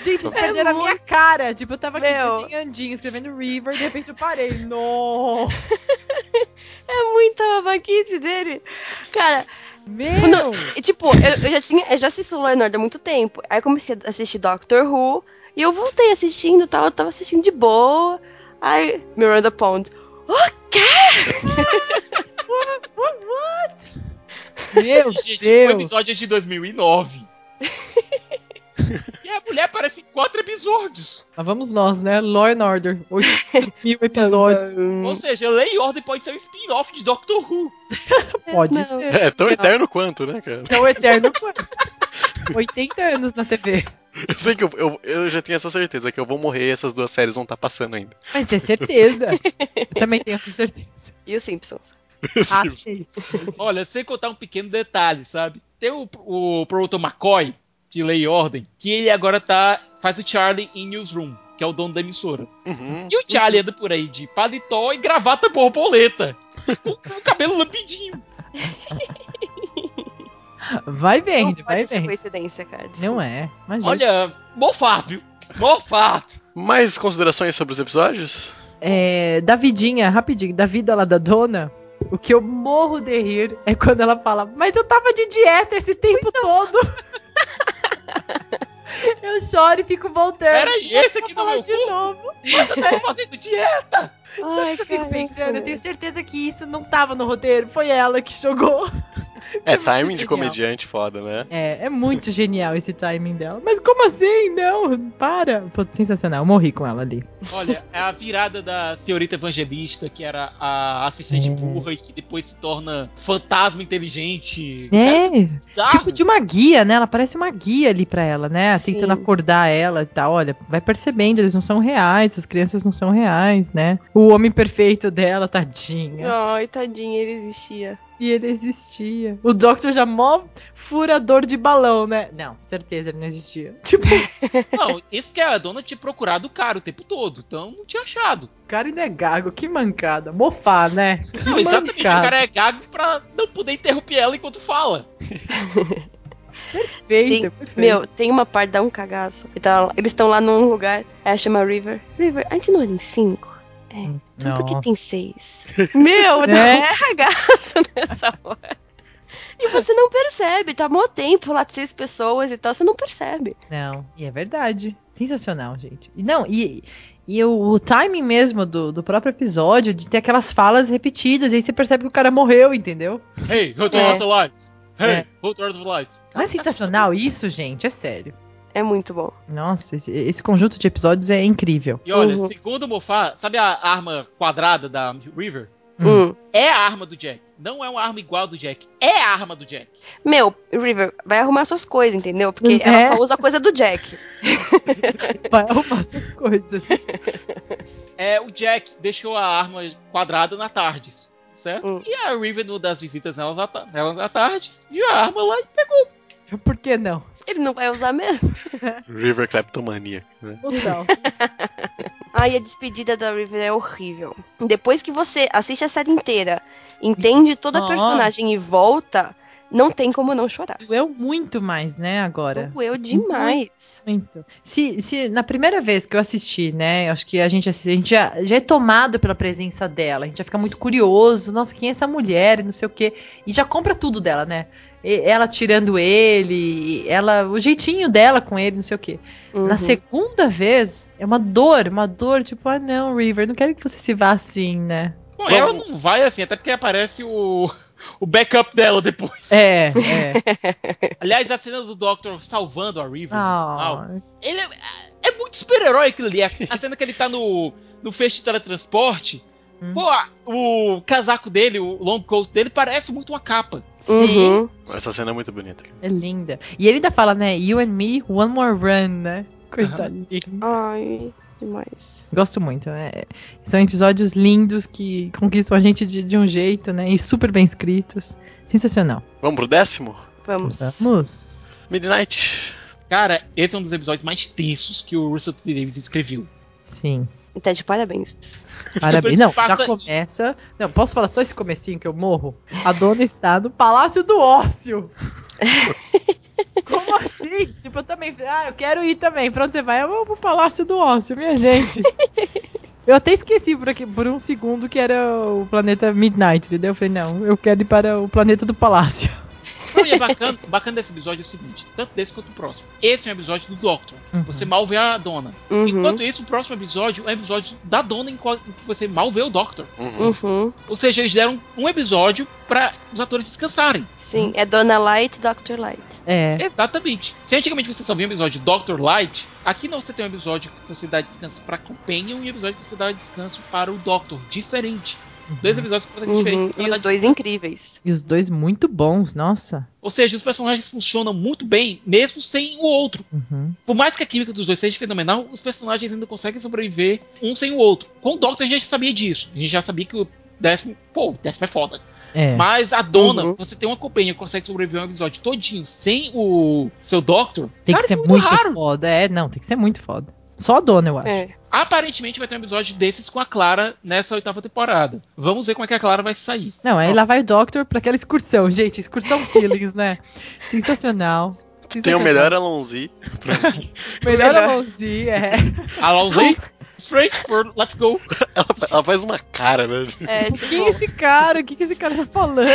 S3: Gente, vocês
S4: É
S3: perderam a
S4: muito-
S3: minha cara. Tipo, eu tava aqui
S4: Meu.
S3: escrevendo Andinho, escrevendo River, de repente eu parei. No!
S4: É muita babaquice dele. Cara,
S3: Meu!
S4: E, tipo, eu, eu já tinha, eu já assisto Law and Order há muito tempo. Aí eu comecei a assistir Doctor Who e eu voltei assistindo, e tal, eu tava assistindo de boa. Aí Miranda Pond. O quê?
S3: Meu
S5: Gente, o
S3: Deus!
S5: episódio é de 2009. e a mulher aparece em quatro episódios.
S3: Lá vamos nós, né? Law and Order. 8 mil episódios.
S5: Ou seja, Lei e Ordem pode ser um spin-off de Doctor Who.
S3: Pode
S4: Não.
S3: ser.
S2: É tão eterno quanto, né, cara?
S3: Então, eterno quanto? 80 anos na TV.
S2: Eu sei que eu, eu, eu já tenho essa certeza que eu vou morrer e essas duas séries vão estar passando ainda.
S3: Mas é certeza. Eu também tenho essa certeza.
S4: E os Simpsons.
S3: Achei.
S5: Olha, sem contar um pequeno detalhe, sabe? Tem o, o Proto McCoy, de Lei e Ordem, que ele agora tá. faz o Charlie em Newsroom, que é o dono da emissora.
S2: Uhum.
S5: E o Charlie anda por aí de paletó e gravata borboleta. com com o cabelo lampidinho.
S3: Vai
S4: Não
S3: vendo, vai
S4: pode ser
S3: vendo.
S4: coincidência, cara.
S3: Não é. Imagina.
S5: Olha, mofado, viu? Mofado.
S2: Mais considerações sobre os episódios?
S3: É, da vidinha, rapidinho, da vida lá da dona, o que eu morro de rir é quando ela fala, mas eu tava de dieta esse tempo todo. eu choro e fico voltando.
S5: Peraí, esse aqui
S3: Vou
S5: não é
S3: falar
S5: o
S3: de
S5: cu?
S3: novo.
S5: Eu tô fazendo dieta.
S4: Ai,
S3: Eu fico
S4: cara,
S3: pensando, eu tenho
S4: isso-
S3: certeza que isso não tava no roteiro, foi ela que jogou.
S2: É,
S3: muito
S2: timing de
S3: genial.
S2: comediante foda, né?
S3: É, é muito genial esse timing dela. Mas como assim? Não, para. Pô, sensacional, eu morri com ela ali.
S5: Olha, é a virada da senhorita evangelista, que era a
S3: É.
S5: assistente burra e que depois se torna fantasma inteligente. Cara, isso
S3: É,
S5: bizarro.
S3: tipo de uma guia, né? Ela parece uma guia ali pra ela, né?
S4: Sim.
S3: Tentando acordar ela e tal. Olha, vai percebendo, eles não são reais, as crianças não são reais, né? O homem perfeito dela, tadinha.
S4: Ai, tadinha, ele existia.
S3: E ele existia. O Doctor já mó furador de balão, né? Não, certeza, ele não existia. Tipo, o
S5: Não, isso que a dona tinha procurado o cara o tempo todo, então não tinha achado.
S3: cara ainda é gago, que mancada. Mofar, né? Que
S5: Não, exatamente, o
S3: mancada.
S5: cara é gago pra não poder interromper ela enquanto fala.
S3: Perfeito,
S4: Tem-
S3: perfeito.
S4: Meu, tem uma parte, dá um cagaço. Então, eles estão lá num lugar, aí chama River. River, a gente não era em cinco? Então por que
S3: Nossa.
S4: tem seis? Meu, dá
S3: É.
S4: um cagaço nessa hora. E você não percebe, tá mó tempo lá de seis pessoas e tal, você não percebe.
S3: Não, e é verdade. Sensacional, gente. E não, e, e o, o timing mesmo do, do próprio episódio, de ter aquelas falas repetidas, e aí você percebe que o cara morreu, entendeu?
S5: Hey, hold
S4: É.
S5: on the lights. Hey,
S3: É.
S5: hold on the lights.
S3: Não é sensacional isso, gente? É sério.
S4: É muito bom.
S3: Nossa, esse, esse conjunto de episódios é incrível.
S5: E olha,
S4: Uhum.
S5: segundo o Mofá, sabe a arma quadrada da River?
S3: Hum.
S4: Hum.
S5: É a arma do Jack. Não é uma arma igual do Jack. É a arma do Jack.
S4: Meu, River, vai arrumar suas coisas, entendeu? Porque
S3: É.
S4: ela só usa a coisa do Jack.
S3: Vai arrumar suas coisas.
S5: É, o Jack deixou a arma quadrada na Tardes, certo?
S4: Hum.
S5: E a River, numa das visitas nela na, ta- nela na Tardes, viu a arma lá e pegou.
S3: Por que não?
S4: Ele não vai usar mesmo.
S2: River Kleptomania. Né?
S3: Total.
S4: Ai, a despedida da River é horrível. Depois que você assiste a série inteira, entende toda a
S3: Nossa.
S4: personagem e volta, não tem como não chorar.
S3: Doeu muito mais, né, agora.
S4: Doeu demais.
S3: Muito. Se, se na primeira vez que eu assisti, né? eu Acho que a gente, assi- a gente já, já é tomado pela presença dela. A gente já fica muito curioso. Nossa, quem é essa mulher? E não sei o quê. E já compra tudo dela, né? E- ela tirando ele, ela, o jeitinho dela com ele, não sei o quê. Na
S4: Uhum.
S3: segunda vez, é uma dor, uma dor, tipo, ah não, River, não quero que você se vá assim, né?
S5: Bom, ela não vai assim, até porque aparece o, o backup dela depois.
S3: É, é.
S5: Aliás, a cena do Doctor salvando a River. no final,
S3: Ah,
S5: Ele é, é muito super-herói aquilo ali. A, a cena que ele tá no, no feixe de teletransporte.
S3: Hum.
S5: Pô, a- o casaco dele, o long coat dele, parece muito uma capa.
S3: sim.
S4: Uhum.
S2: Essa cena é muito bonita. cara.
S3: É linda. E ele ainda fala, né? You and me, one more run, né? Coisa linda.
S4: Ai, demais.
S3: Gosto muito. é- São episódios lindos que conquistam a gente de, de um jeito, né? E super bem escritos. Sensacional. Tá?
S2: Vamos pro décimo?
S4: Vamos.
S3: Vamos.
S2: Midnight.
S5: Cara, esse é um dos episódios mais tensos que o Russell T. Davis escreveu.
S3: Sim.
S4: Tá de parabéns.
S3: Parabéns.
S5: isso
S3: Não,
S5: passa-
S3: já começa. Não, posso falar só esse comecinho que eu morro? A dona está no Palácio do Ócio. Como assim? também. Tipo, eu também. falei, Ah, eu quero ir também. Pra onde você vai? Eu vou pro Palácio do Ócio, minha gente. Eu até esqueci por, aqui, por um segundo que era o planeta Midnight, entendeu? Eu falei, não, eu quero ir para o planeta do Palácio.
S5: Não, e é bacana, o bacana desse episódio é o seguinte: tanto desse quanto o próximo. Esse é um episódio do Doctor. Você mal vê a dona.
S4: Uhum.
S5: Enquanto isso, o próximo episódio é um episódio da dona em, qual, em que você mal vê o Doctor.
S2: Uhum.
S4: Uhum.
S5: Ou seja, eles deram um episódio pra os atores descansarem.
S4: Sim, é Dona Light, Dr. Light.
S3: É.
S5: Exatamente. Se antigamente você só via um episódio Dr. Light, aqui não você tem um episódio que você dá descanso pra Companion e um episódio que você dá descanso para o Doctor. Diferente. Dois episódios completamente
S4: Uhum.
S5: diferentes.
S4: E os dois incríveis.
S3: E os dois muito bons, nossa.
S5: Ou seja, os personagens funcionam muito bem, mesmo sem o outro.
S3: Uhum.
S5: Por mais que a química dos dois seja fenomenal, os personagens ainda conseguem sobreviver um sem o outro. Com o Doctor a gente já sabia disso. A gente já sabia que o décimo. Pô, o décimo é foda.
S3: É.
S5: Mas a dona,
S4: Uhum.
S5: você tem uma companhia que consegue sobreviver um episódio todinho sem o seu Doctor.
S3: Tem
S5: cara,
S3: que
S5: isso
S3: ser
S5: é
S3: muito, foda. É, não, tem que ser muito foda. Só a dona, eu acho.
S4: É.
S5: Aparentemente vai ter um episódio desses com a Clara nessa oitava temporada. Vamos ver como é que a Clara vai sair.
S3: Não, aí
S5: Ó.
S3: lá vai o Doctor pra aquela excursão, gente. Excursão Killings, né? Sensacional.
S2: Uh, Tem
S3: Sensacional.
S2: o melhor Alonzi.
S3: Melhor
S5: melhor.
S3: Alonzi, é.
S5: A Lausei, straight for let's go.
S2: Ela, ela faz uma cara, né?
S4: É,
S3: O que é
S4: tipo,
S3: esse cara? O que, que esse cara tá falando?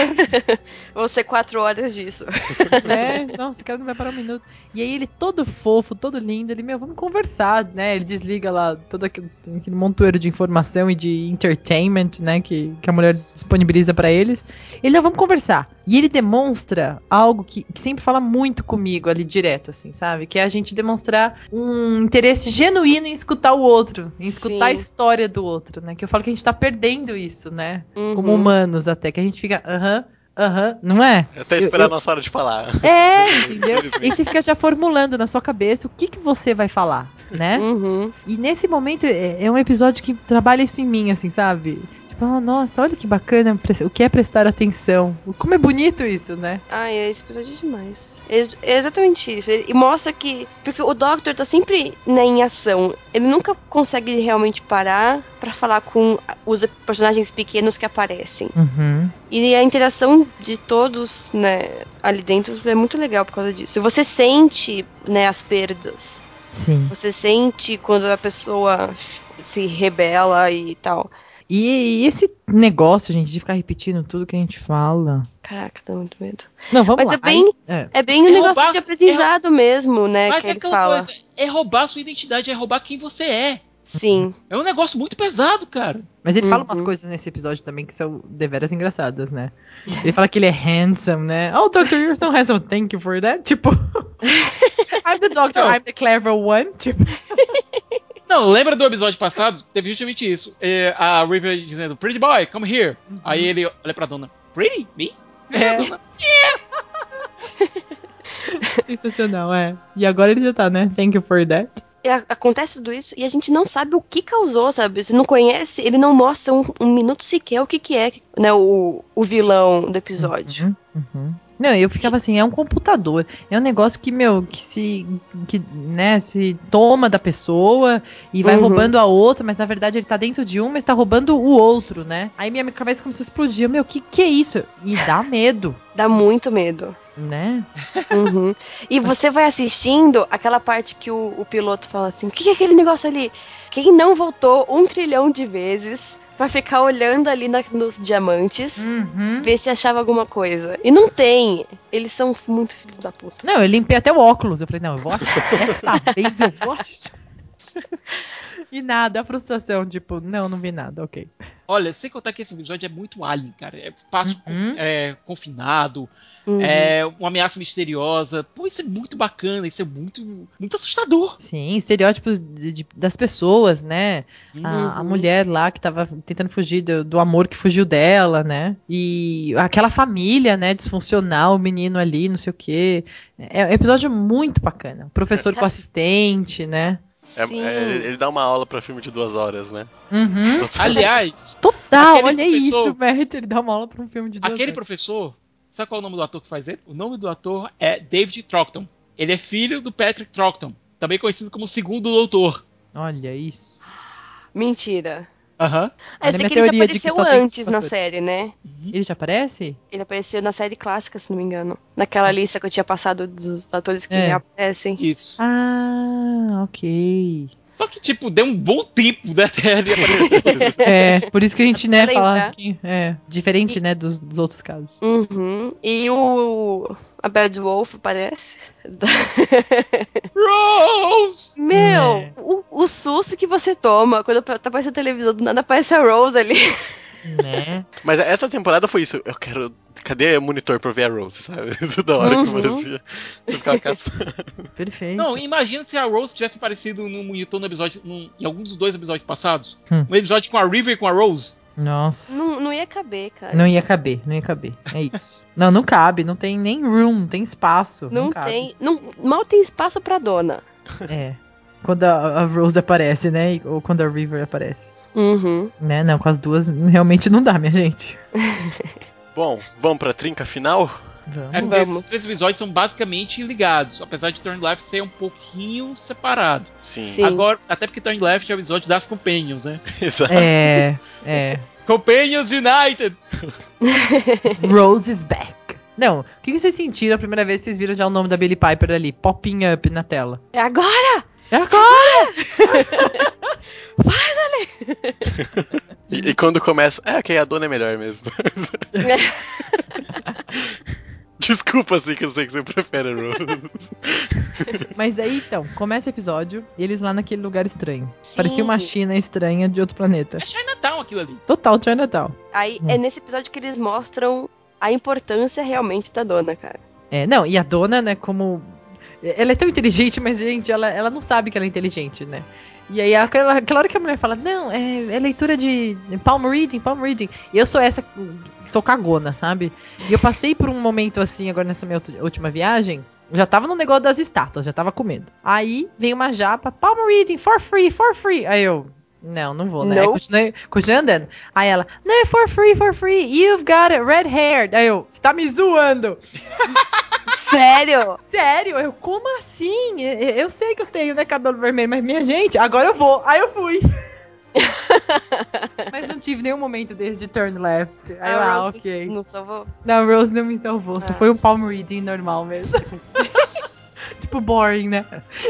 S4: vão ser quatro horas disso.
S3: né? Nossa, esse cara não vai parar um minuto. E aí ele todo fofo, todo lindo, ele, meu, vamos conversar, né? Ele desliga lá todo aquele, aquele montoeiro de informação e de entertainment, né? Que, que a mulher disponibiliza pra eles. Ele, não, vamos conversar. E ele demonstra algo que, que sempre fala muito comigo ali direto, assim, sabe? Que é a gente demonstrar um interesse genuíno em escutar o outro, em escutar a
S4: Sim.
S3: história do outro, né? Que eu falo que a gente tá perdendo isso, né? Como
S4: Uhum.
S3: humanos até, que a gente fica, aham, aham, não é?
S2: Até esperar a nossa hora de falar.
S3: É, entendeu?
S2: Infelizmente.
S3: E você fica já formulando na sua cabeça o que, que você vai falar, né?
S4: Uhum.
S3: E nesse momento é, é um episódio que trabalha isso em mim, assim, sabe? Tipo, oh, nossa, olha que bacana pre- o que é prestar atenção. Como é bonito isso, né?
S4: Ai, esse episódio é demais. É ex- é exatamente isso. E mostra que. Porque o Doctor tá sempre né, em ação. Ele nunca consegue realmente parar pra falar com os personagens pequenos que aparecem.
S3: Uhum.
S4: E a interação de todos, né, ali dentro é muito legal por causa disso. E Você sente, né, as perdas.
S3: Sim.
S4: Você sente quando a pessoa se rebela e tal.
S3: E, e esse negócio, gente, de ficar repetindo tudo que a gente fala.
S4: Caraca, dá muito medo.
S3: Não, vamos
S4: Mas
S3: lá.
S4: é bem,
S3: Aí- é.
S4: é bem um
S5: É
S4: negócio
S5: roubar-
S4: de aprendizado mesmo, né,
S5: Mas
S4: que
S5: é
S4: ele
S5: aquela
S4: fala.
S5: coisa, é roubar a sua identidade, é roubar quem você é.
S4: Sim.
S5: É um negócio muito pesado, cara.
S3: Mas ele fala umas
S4: Uhum.
S3: coisas nesse episódio também que são deveras engraçadas, né? Ele fala que ele é handsome, né? Oh, Dr. You're so handsome, thank you for that. Tipo. I'm the doctor,
S5: Não.
S3: I'm the clever one. Tipo.
S5: Não, lembra do episódio passado? Teve justamente isso. É, a River dizendo, Pretty Boy, come here. Aí ele olha pra dona, Pretty? Me?
S3: É. Sensacional, é. E agora ele já tá, né? Thank you for that.
S4: E a- acontece tudo isso e a gente não sabe o que causou, sabe? Você não conhece, ele não mostra um, um minuto sequer o que que é, né, o, o vilão do episódio.
S3: Uhum. Não, eu ficava assim, é um computador. É um negócio que, meu, que se. que, né, se toma da pessoa e vai
S4: Uhum.
S3: roubando a outra, mas na verdade ele tá dentro de um, mas tá roubando o outro, né? Aí minha cabeça começou a explodir. Meu, que que é isso? E dá medo,
S5: Uhum.
S4: Dá muito medo.
S3: né?
S4: Uhum. E você vai assistindo aquela parte que o, o piloto fala assim: o que, que é aquele negócio ali? Quem não voltou um trilhão de vezes pra ficar olhando ali na- nos diamantes,
S3: Uhum.
S4: ver se achava alguma coisa. E não tem. Eles são muito filhos da puta.
S3: Não, eu limpei até o óculos. Eu falei, não, eu vou achar. Essa vez eu vou achar. E nada, a frustração, tipo, não, não vi nada, ok.
S5: Olha, sem contar que esse episódio é muito alien, cara. É espaço
S3: Uhum.
S5: confi- é, confinado,
S4: Uhum.
S5: é uma ameaça misteriosa. Pô, isso é muito bacana, isso é muito, muito assustador.
S3: Sim, estereótipos de- de- das pessoas, né? A, a
S4: Uhum.
S3: mulher lá que tava tentando fugir do, do amor que fugiu dela, né? E aquela família, né? Disfuncional, o menino ali, não sei o quê. É um episódio muito bacana. O professor com o assistente, né?
S2: É-
S4: Sim.
S2: é, ele- ele dá uma aula pra filme de duas horas, né?
S3: Uhum.
S5: Aliás,
S3: Total,
S5: Aquele
S3: olha
S5: professor-
S3: isso, Matt. Ele dá uma aula pra um filme de duas
S5: aquele
S3: horas.
S5: professor, sabe qual é o nome do ator que faz ele? O nome do ator é David Troughton. Ele é filho do Patrick Troughton, também conhecido como o segundo doutor.
S3: Olha isso.
S4: Mentira.
S3: Olha
S4: Ah,
S5: Aham.
S4: eu
S3: a
S4: sei
S3: minha
S4: que ele já
S3: teoria de que
S4: apareceu
S3: só tem
S4: antes na
S3: superpoder.
S4: série, né?
S3: Ele já aparece?
S4: Ele apareceu na série clássica, se não me engano. Naquela lista que eu tinha passado dos atores que
S3: Hum. É.
S4: aparecem.
S5: Isso.
S3: Ah, ok.
S5: Só que, tipo, deu um bom tempo da Terra de aparecer.
S3: É, por isso que a gente, né,
S4: Pra lembrar.
S3: fala que é diferente, né, dos, dos outros casos.
S4: Uhum. E o. A Bad Wolf aparece.
S5: Rose!
S4: Meu,
S3: É.
S4: o, o susto que você toma quando tá aparecendo a televisão, do nada aparece a Rose ali.
S3: Né?
S2: Mas essa temporada foi isso. Eu quero. Cadê o monitor pra eu ver a Rose, sabe? Toda hora que
S4: Uhum.
S2: aparecia. Eu ficava caçando.
S3: Perfeito.
S5: Não, imagina se a Rose tivesse aparecido no monitor no episódio, num- em alguns dos dois episódios passados.
S3: Hum.
S5: Um episódio com a River e com a Rose.
S3: Nossa.
S4: Não, não ia caber, cara.
S3: Não ia caber, não ia caber. É isso. não, não cabe, não tem nem room, não tem espaço.
S4: Não,
S3: Não, cabe.
S4: tem. Não, mal tem espaço pra dona.
S3: É. Quando a, a Rose aparece, né? e- Ou quando a River aparece.
S4: Uhum.
S3: Né? Não, com as duas realmente não dá, minha gente.
S2: Bom, vamos pra trinca final?
S3: Vamos.
S5: É porque
S4: Vamos.
S5: esses três episódios são basicamente ligados, apesar de Turn Left ser um pouquinho separado.
S2: Sim.
S4: Sim.
S5: Agora, até porque Turn Left é o episódio das Companions, né?
S2: Exato.
S3: É, é.
S5: Companions United!
S3: Rose is back. Não, o que que vocês sentiram a primeira vez que vocês viram já o nome da Billy Piper ali? Popping up na tela.
S4: É agora!
S3: É agora!
S2: E, e quando começa. É, ok, a dona é melhor mesmo. Desculpa, assim, que eu sei que você prefere a Rose.
S3: Mas aí então, começa o episódio e eles lá naquele lugar estranho.
S4: Sim.
S3: Parecia uma China estranha de outro planeta.
S5: É Chinatown aquilo ali.
S3: Total Chinatown.
S4: Aí é nesse episódio que eles mostram a importância realmente da dona, cara.
S3: É, não, e a dona, né, como. Ela é tão inteligente, mas, gente, ela, ela não sabe que ela é inteligente, né? E aí, aquela, aquela hora que a mulher fala, não, é, é leitura de palm reading, palm reading. E eu sou essa, sou cagona, sabe? E eu passei por um momento assim, agora nessa minha ulti- última viagem, eu já tava no negócio das estátuas, já tava com medo. Aí, vem uma japa, palm reading, for free, for free. Aí eu, não, não vou, né? Aí
S4: Não.
S3: continuei, continuei andando. Aí ela, não, é for free, for free, you've got it, red haired. Aí eu, você tá me zoando.
S4: Sério?
S3: Sério, eu, como assim? E- e- Eu sei que eu tenho, né, cabelo vermelho, mas minha gente, agora eu vou. Aí eu fui. mas não tive nenhum momento desde turn left. Aí eu,
S4: a
S3: ah,
S4: Rose
S3: ok.
S4: não salvou.
S3: Não, a Rose não me salvou, só
S4: Ah.
S3: foi um palm reading normal mesmo. tipo, boring, né?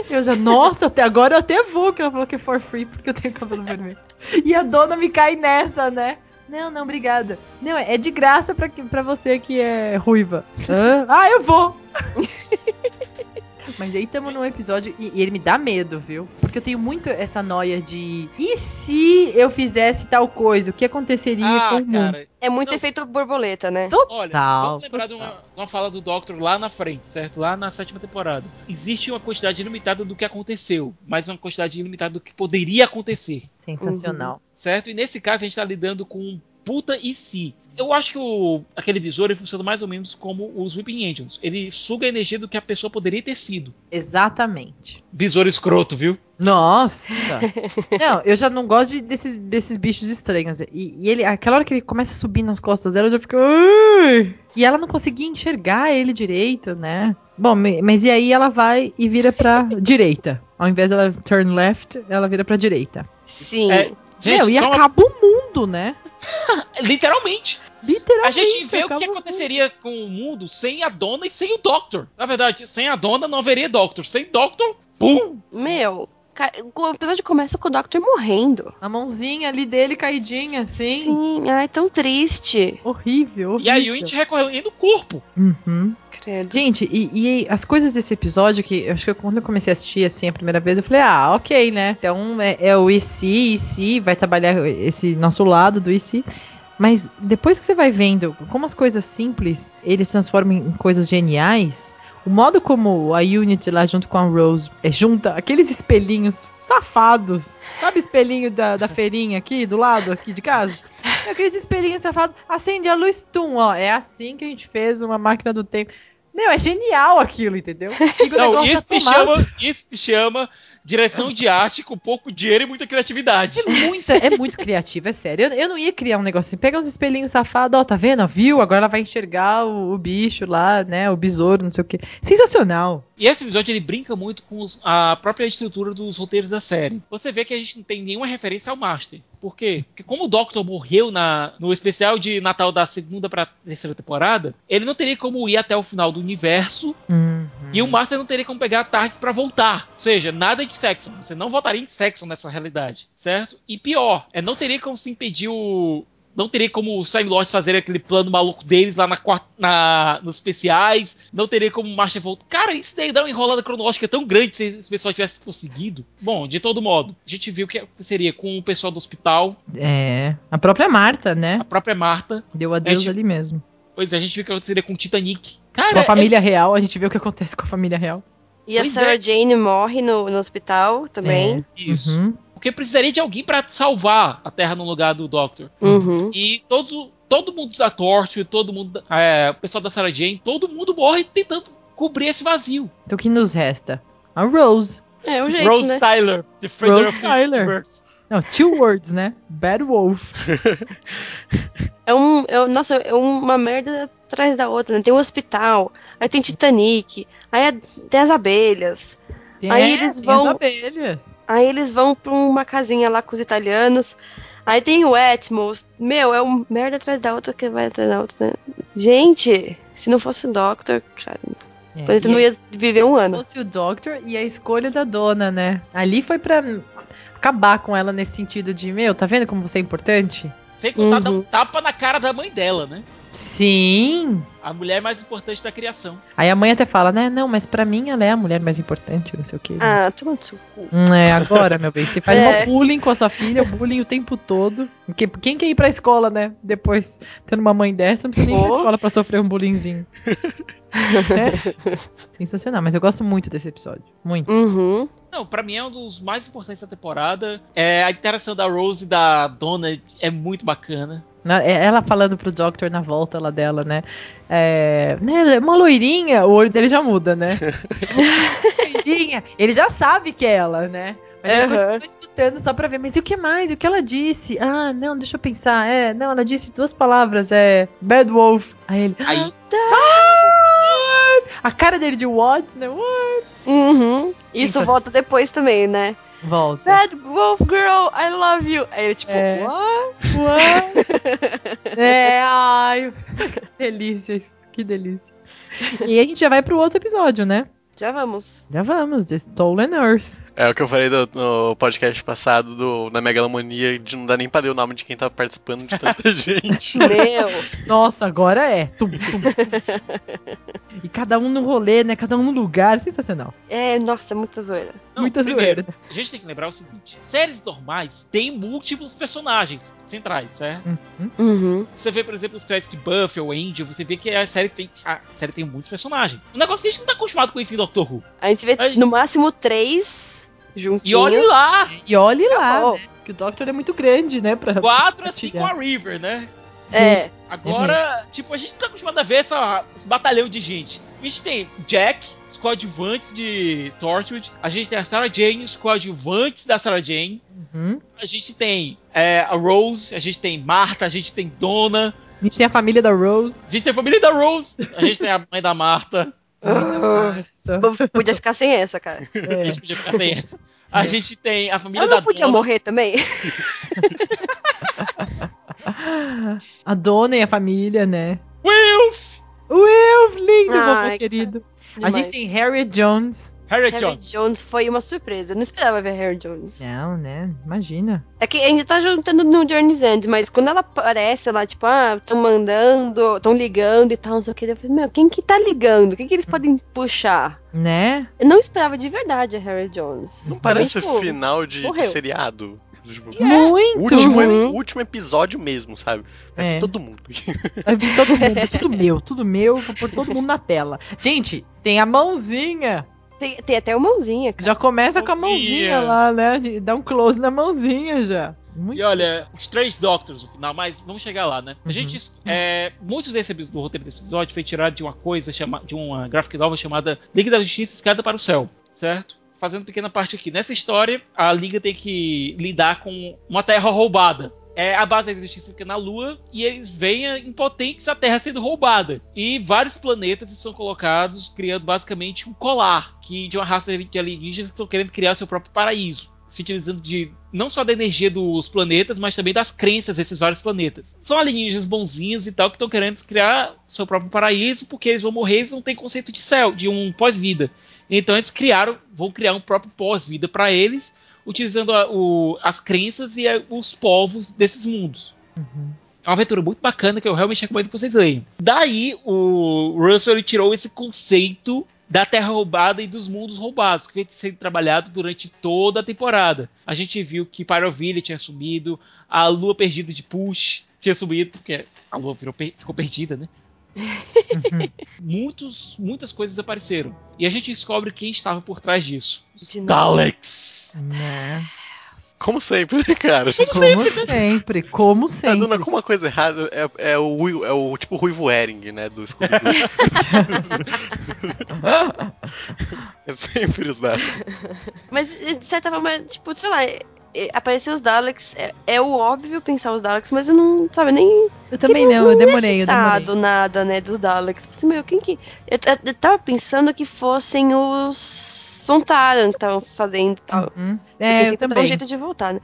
S3: Eu já, nossa, até agora eu até vou, que ela falou que é for free porque eu tenho cabelo vermelho. E a dona me cai nessa, né? Não, não, obrigada. Não, é é de graça pra, que- pra você que é ruiva. Hã? Ah, eu vou! Mas aí tamo num episódio e, e ele me dá medo, viu? Porque eu tenho muito essa noia de. E se eu fizesse tal coisa? O que aconteceria com
S5: Ah,
S3: o mundo?
S5: cara.
S4: É muito
S5: Não.
S4: efeito borboleta, né?
S5: Olha,
S3: Total,
S5: vamos lembrar de uma,
S3: total.
S5: de uma fala do Doctor lá na frente, certo? Lá na sétima temporada. Existe uma quantidade ilimitada do que aconteceu, mas uma quantidade ilimitada do que poderia acontecer.
S3: Sensacional.
S5: certo? E nesse caso a gente tá lidando com um puta e si. Eu acho que o, aquele visor ele funciona mais ou menos como os Weeping Angels. Ele suga a energia do que a pessoa poderia ter sido.
S3: Exatamente.
S5: Visor escroto, viu?
S3: Nossa! não, eu já não gosto de- desses, desses bichos estranhos. E, e ele, aquela hora que ele começa a subir nas costas dela, eu já fico. "Ai!" E ela não conseguia enxergar ele direito, né? Bom, me- mas e aí ela vai e vira pra direita. Ao invés dela turn left, ela vira pra direita.
S4: Sim.
S5: É. Gente,
S3: Meu, e
S5: só uma-
S3: acaba o mundo, né?
S5: literalmente.
S3: Literalmente.
S5: A gente vê o
S3: acaba
S5: que
S3: mundo.
S5: aconteceria com o mundo sem a dona e sem o Doctor. Na verdade, sem a dona não haveria Doctor. Sem Doctor, pum!
S4: Meu, ca- o episódio começa com o Doctor morrendo.
S3: A mãozinha ali dele caidinha, assim.
S4: Sim, ai, tão triste.
S3: Horrível, horrível.
S5: E aí a gente recorrendo o corpo.
S3: Uhum.
S4: Credo.
S3: Gente, e, e as coisas desse episódio, que eu acho que quando eu comecei a assistir assim a primeira vez, eu falei, ah, ok, né? Então é, é o IC, IC, vai trabalhar esse nosso lado do IC. Mas depois que você vai vendo como as coisas simples eles se transformam em coisas geniais, o modo como a Unity lá junto com a Rose é, junta aqueles espelhinhos safados, sabe espelhinho da, da feirinha aqui do lado aqui de casa? Aqueles espelhinhos safados, acende a luz, tum, ó, é assim que a gente fez uma máquina do tempo. Meu, é genial aquilo, entendeu? Fica o
S5: Não,
S3: negócio
S5: isso se,
S3: arrumado.
S5: chama, isso se chama direção de arte com pouco dinheiro e muita criatividade.
S3: É muita, é muito criativa, é sério. Eu, eu não ia criar um negócio assim. Pega uns espelhinhos safados, ó, tá vendo? Viu? Agora ela vai enxergar o, o bicho lá, né? O besouro, não sei o quê. Sensacional.
S5: E esse episódio ele brinca muito com os- a própria estrutura dos roteiros da série. Você vê que a gente não tem nenhuma referência ao Master. Por quê? Porque como o Doctor morreu na, no especial de Natal da segunda pra terceira temporada, ele não teria como ir até o final do universo
S3: Uhum.
S5: e o Master não teria como pegar a Tardes pra voltar. Ou seja, nada de sexo. Você não votaria em sexo nessa realidade, certo? E pior, é não teria como se impedir o. Não teria como o Time Lord fazer aquele plano maluco deles lá na, quar- na- nos especiais. Não teria como o Master voltar. Cara, isso daí dá uma enrolada cronológica tão grande se esse pessoal tivesse conseguido. Bom, de todo modo, a gente viu o que seria com o pessoal do hospital,
S3: É. A própria Marta, né?
S5: a própria Marta.
S3: Deu adeus
S5: É, tipo,
S3: ali mesmo.
S5: Pois é, a gente viu o que aconteceria com o Titanic.
S3: Com
S5: Cara, é
S3: a família real, a gente vê o que acontece com a família real.
S4: E a
S5: Pois
S4: Sarah
S5: é.
S4: Jane morre no, no hospital também.
S5: é isso.
S3: Uhum.
S5: Porque precisaria de alguém pra salvar a Terra no lugar do Doctor.
S4: Uhum.
S5: E todos, todo mundo da Torch, todo mundo, da- é, o pessoal da Sarah Jane, todo mundo morre tentando cobrir esse vazio.
S3: Então o que nos resta? A Rose.
S4: É o jeito,
S5: Rose
S4: né?
S5: Tyler, The Founder
S3: Rose
S5: of the
S3: Tyler.
S5: Universe.
S3: Não, two words, né? Bad Wolf.
S4: É um, é um- nossa, é uma merda atrás da outra, né? Tem um hospital, aí tem Titanic, aí é- tem as abelhas.
S3: Tem-
S4: Aí eles
S3: tem
S4: vão-
S3: As abelhas.
S4: Aí eles vão pra uma casinha lá com os italianos. Aí tem o Atmos. Meu, é um merda atrás da outra que vai atrás da outra, né? Gente, se não fosse o Doctor, cara, o
S3: É.
S4: planeta não ia viver um ano.
S3: fosse o Doctor e a escolha da dona, né? Ali foi pra acabar com ela nesse sentido de, meu, tá vendo como você é importante?
S5: Sem contar dar um
S4: Uhum.
S5: tapa na cara da mãe dela, né?
S3: Sim.
S5: A mulher mais importante da criação.
S3: Aí a mãe até fala, né? Não, mas pra mim ela é a mulher mais importante, não sei o quê.
S4: Ah, toma no seu cu.
S3: Hum, É, agora, meu bem, você faz
S4: É.
S3: um bullying com a sua filha, bullying o tempo todo. Quem, quem quer ir pra escola, né? Depois, tendo uma mãe dessa, não precisa nem ir pra
S4: Oh.
S3: escola pra sofrer um bullyingzinho. Né? Sensacional, mas eu gosto muito desse episódio. Muito.
S4: Uhum.
S5: Não, pra mim é um dos mais importantes da temporada. É, a interação da Rose e da Donna é muito bacana.
S3: Na- é- Ela falando pro Doctor na volta lá dela, né? É, né, ela é uma loirinha, o olho dele já muda, né? loirinha, ele já sabe que é ela, né? Mas ele
S4: Aham.
S3: continua escutando só pra ver. Mas e o que mais? E o que ela disse? Ah, não, deixa eu pensar. É, não, ela disse duas palavras. É, Bad Wolf. Aí ele.
S5: Aí,
S3: "What?" A cara dele de what, né? What?
S4: Uhum. Isso
S3: Então-
S4: volta depois também, né?
S3: Volta.
S4: That Wolf Girl, I love you. Aí ele, tipo,
S3: É.
S4: what?
S3: What? é, ai. que delícia isso. Que delícia. E aí a gente já vai pro outro episódio, né?
S4: Já vamos.
S3: Já vamos, The Stolen Earth.
S2: É o que eu falei do- no podcast passado do, na megalomania de não dar nem pra ler o nome de quem tava participando de tanta gente.
S4: Meu.
S3: Nossa, agora é. Tum, tum. e cada um no rolê, né? Cada um no lugar. Sensacional.
S4: É, nossa, muita zoeira.
S5: Não,
S3: Muita
S5: primeiro,
S3: zoeira.
S5: A gente tem que lembrar o seguinte: séries normais têm múltiplos personagens centrais, certo?
S4: Uhum.
S5: Você vê, por exemplo, os créditos de Buffy ou Angel, você vê que a série tem, a série tem muitos personagens. Um negócio que a gente não tá acostumado com isso em Doctor Who.
S4: A gente vê
S5: Aí-
S4: no máximo três juntinhos.
S5: E olha lá!
S3: E olhe lá,
S4: Acabou.
S3: né? Que o Doctor é muito grande, né? Pra...
S5: Quatro assim com
S3: Compartilhar.
S5: a River, né?
S3: Sim.
S4: É.
S5: Agora, tipo, a gente não tá acostumado a ver essa, esse batalhão de gente. A gente tem Jack, os coadjuvantes de Torchwood. A gente tem a Sarah Jane, os coadjuvantes da Sarah Jane.
S3: Uhum.
S5: A gente tem é, a Rose, a gente tem Marta, a gente tem Donna.
S3: A gente tem a família da Rose.
S5: A gente tem a família da Rose, a gente tem a mãe da Marta.
S4: Ah, eu podia ficar sem essa, cara.
S5: A
S3: É.
S5: gente podia ficar sem essa. A gente tem a família
S4: Ela
S5: da
S4: É. não podia
S5: dona.
S4: morrer também?
S3: A dona e a família, né?
S5: Wilf!
S3: Wilf, lindo,
S4: Ai,
S3: vovô querido. A
S4: Demais.
S3: gente tem Harriet Jones.
S5: Harriet
S4: Harry
S5: Jones.
S4: Jones. foi uma surpresa. Eu não esperava ver Harry Jones.
S3: Não, né? Imagina.
S4: É que ainda tá juntando no Journey's End, mas quando ela aparece lá, tipo, ah, tão mandando, tão ligando e tal, não sei o que. Eu falei, meu, quem que tá ligando? O que que eles podem puxar?
S3: Né?
S4: Eu não esperava de verdade a Harry Jones.
S2: Não parece
S4: Tipo,
S2: final de, de
S4: morreu.
S2: seriado. Tipo,
S3: É. Muito!
S2: último,
S4: Uhum.
S2: último episódio mesmo, sabe? É.
S3: É.
S2: Todo mundo.
S3: Aí vem todo mundo, tudo meu, tudo meu, vou pôr todo mundo na tela. Gente, tem a mãozinha.
S4: Tem, tem até o mãozinha, cara.
S3: Já começa com a
S5: Mãozinha.
S3: mãozinha lá, né? De- Dá um close na mãozinha já. Muito
S5: E olha, os três Doctors no final, mas vamos chegar lá, né? A
S3: Uhum.
S5: gente. É, muitos desse epi- do roteiro desse episódio foi tirado de uma coisa, chama, de uma graphic novel chamada Liga da Justiça Escada para o Céu, certo? Fazendo pequena parte aqui. Nessa história, a Liga tem que lidar com uma terra roubada. É, a base da justiça fica na Lua e eles veem impotentes a Terra sendo roubada. E vários planetas são colocados, criando basicamente um colar que de uma raça de alienígenas que estão querendo criar seu próprio paraíso. se utilizando de não só da energia dos planetas, mas também das crenças desses vários planetas. São alienígenas bonzinhos e tal que estão querendo criar seu próprio paraíso, porque eles vão morrer, eles não têm conceito de céu, de um pós-vida. Então eles criaram, vão criar um próprio pós-vida para eles, utilizando a- o- as crenças e a- os povos desses mundos. É uma aventura muito bacana que eu realmente recomendo que vocês leiam. Daí, o Russell ele tirou esse conceito da Terra roubada e dos mundos roubados, que vem sendo trabalhado durante toda a temporada. A gente viu que Pyroville tinha sumido, a Lua Perdida de Push tinha sumido, porque a Lua virou per- ficou perdida, né? Muitos, muitas coisas apareceram. E a gente descobre quem estava por trás disso.
S4: De novo.
S5: Daleks!
S3: Né?
S2: Como sempre, né, cara?
S3: Como sempre, como
S2: Tá dando
S3: sempre.
S2: alguma coisa errada. É, é o, Will- é o tipo Ruivo Ering, né? Do Scooby-Doo. é sempre os dados.
S4: Mas, de certa forma, tipo, sei lá, é- é- aparecer os Daleks, é, é o óbvio pensar os Daleks, mas eu não, sabe, nem.
S3: Eu também não, eu demorei,
S4: é
S3: eu demorei.
S4: citado nada, né, dos Daleks. Pensei, meu, quem que. Eu, t- eu tava pensando que fossem os Sontaran que estavam fazendo e tal.
S3: Uhum.
S4: Porque
S3: É, eu
S4: sempre dá um
S3: também.
S4: jeito de voltar, né?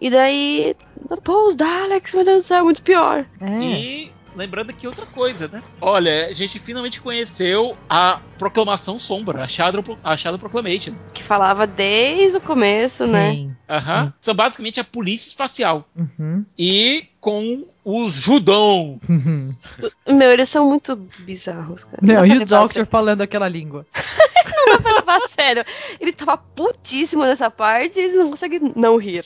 S4: E daí. Pô, os Daleks, meu Deus do céu, é muito pior.
S3: É.
S5: E lembrando que outra coisa, né? Olha, a gente finalmente conheceu a Proclamação Sombra, a Shadow, Pro- a Shadow Proclamation.
S4: Que falava desde o começo, né?
S3: Sim.
S5: Aham.
S3: Sim.
S5: São basicamente a polícia espacial.
S3: Uhum.
S5: E com os Judon.
S3: Uhum.
S4: Meu, eles são muito bizarros, cara.
S3: Não,
S4: dá pra
S3: e o
S4: levar a
S3: Doctor falando aquela língua.
S4: Não dá pra levar a sério. Ele tava putíssimo nessa parte e eles não conseguem não rir.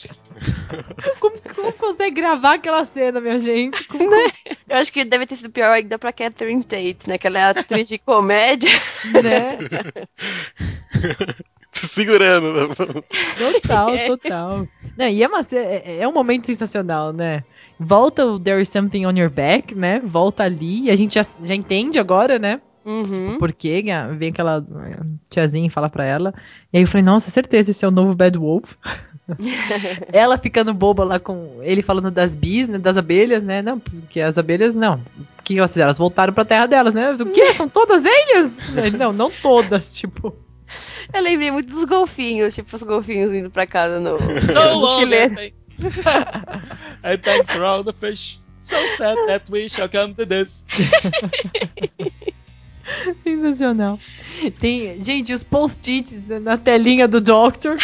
S3: Como, como consegue gravar aquela cena, minha gente? Como-
S4: Eu acho que deve ter sido pior ainda pra Catherine Tate, né? Que ela é atriz de comédia.
S3: né?
S2: Se segurando.
S3: Total,
S4: É.
S3: total. Não, e é, uma ce- é- é um momento sensacional, né? Volta o There is Something on Your Back, né? Volta ali e a gente já, já entende agora, né?
S4: Uhum.
S3: Porque vem aquela eh, tiazinha e fala pra ela. E aí eu falei, nossa, certeza, esse é o novo Bad Wolf. ela ficando boba lá com ele falando das bis, né, das abelhas, né? Não, porque as abelhas não. O que elas fizeram? Elas voltaram pra terra delas, né? O quê? São todas eles? Ele, não, não todas, tipo.
S4: Eu lembrei muito dos golfinhos, tipo, os golfinhos indo pra casa no,
S5: So
S4: no
S5: long,
S4: Chile.
S5: I thanks for all the fish. So sad that we shall come to this.
S3: Sensacional. Tem, gente, os post-its na- na telinha do Doctor.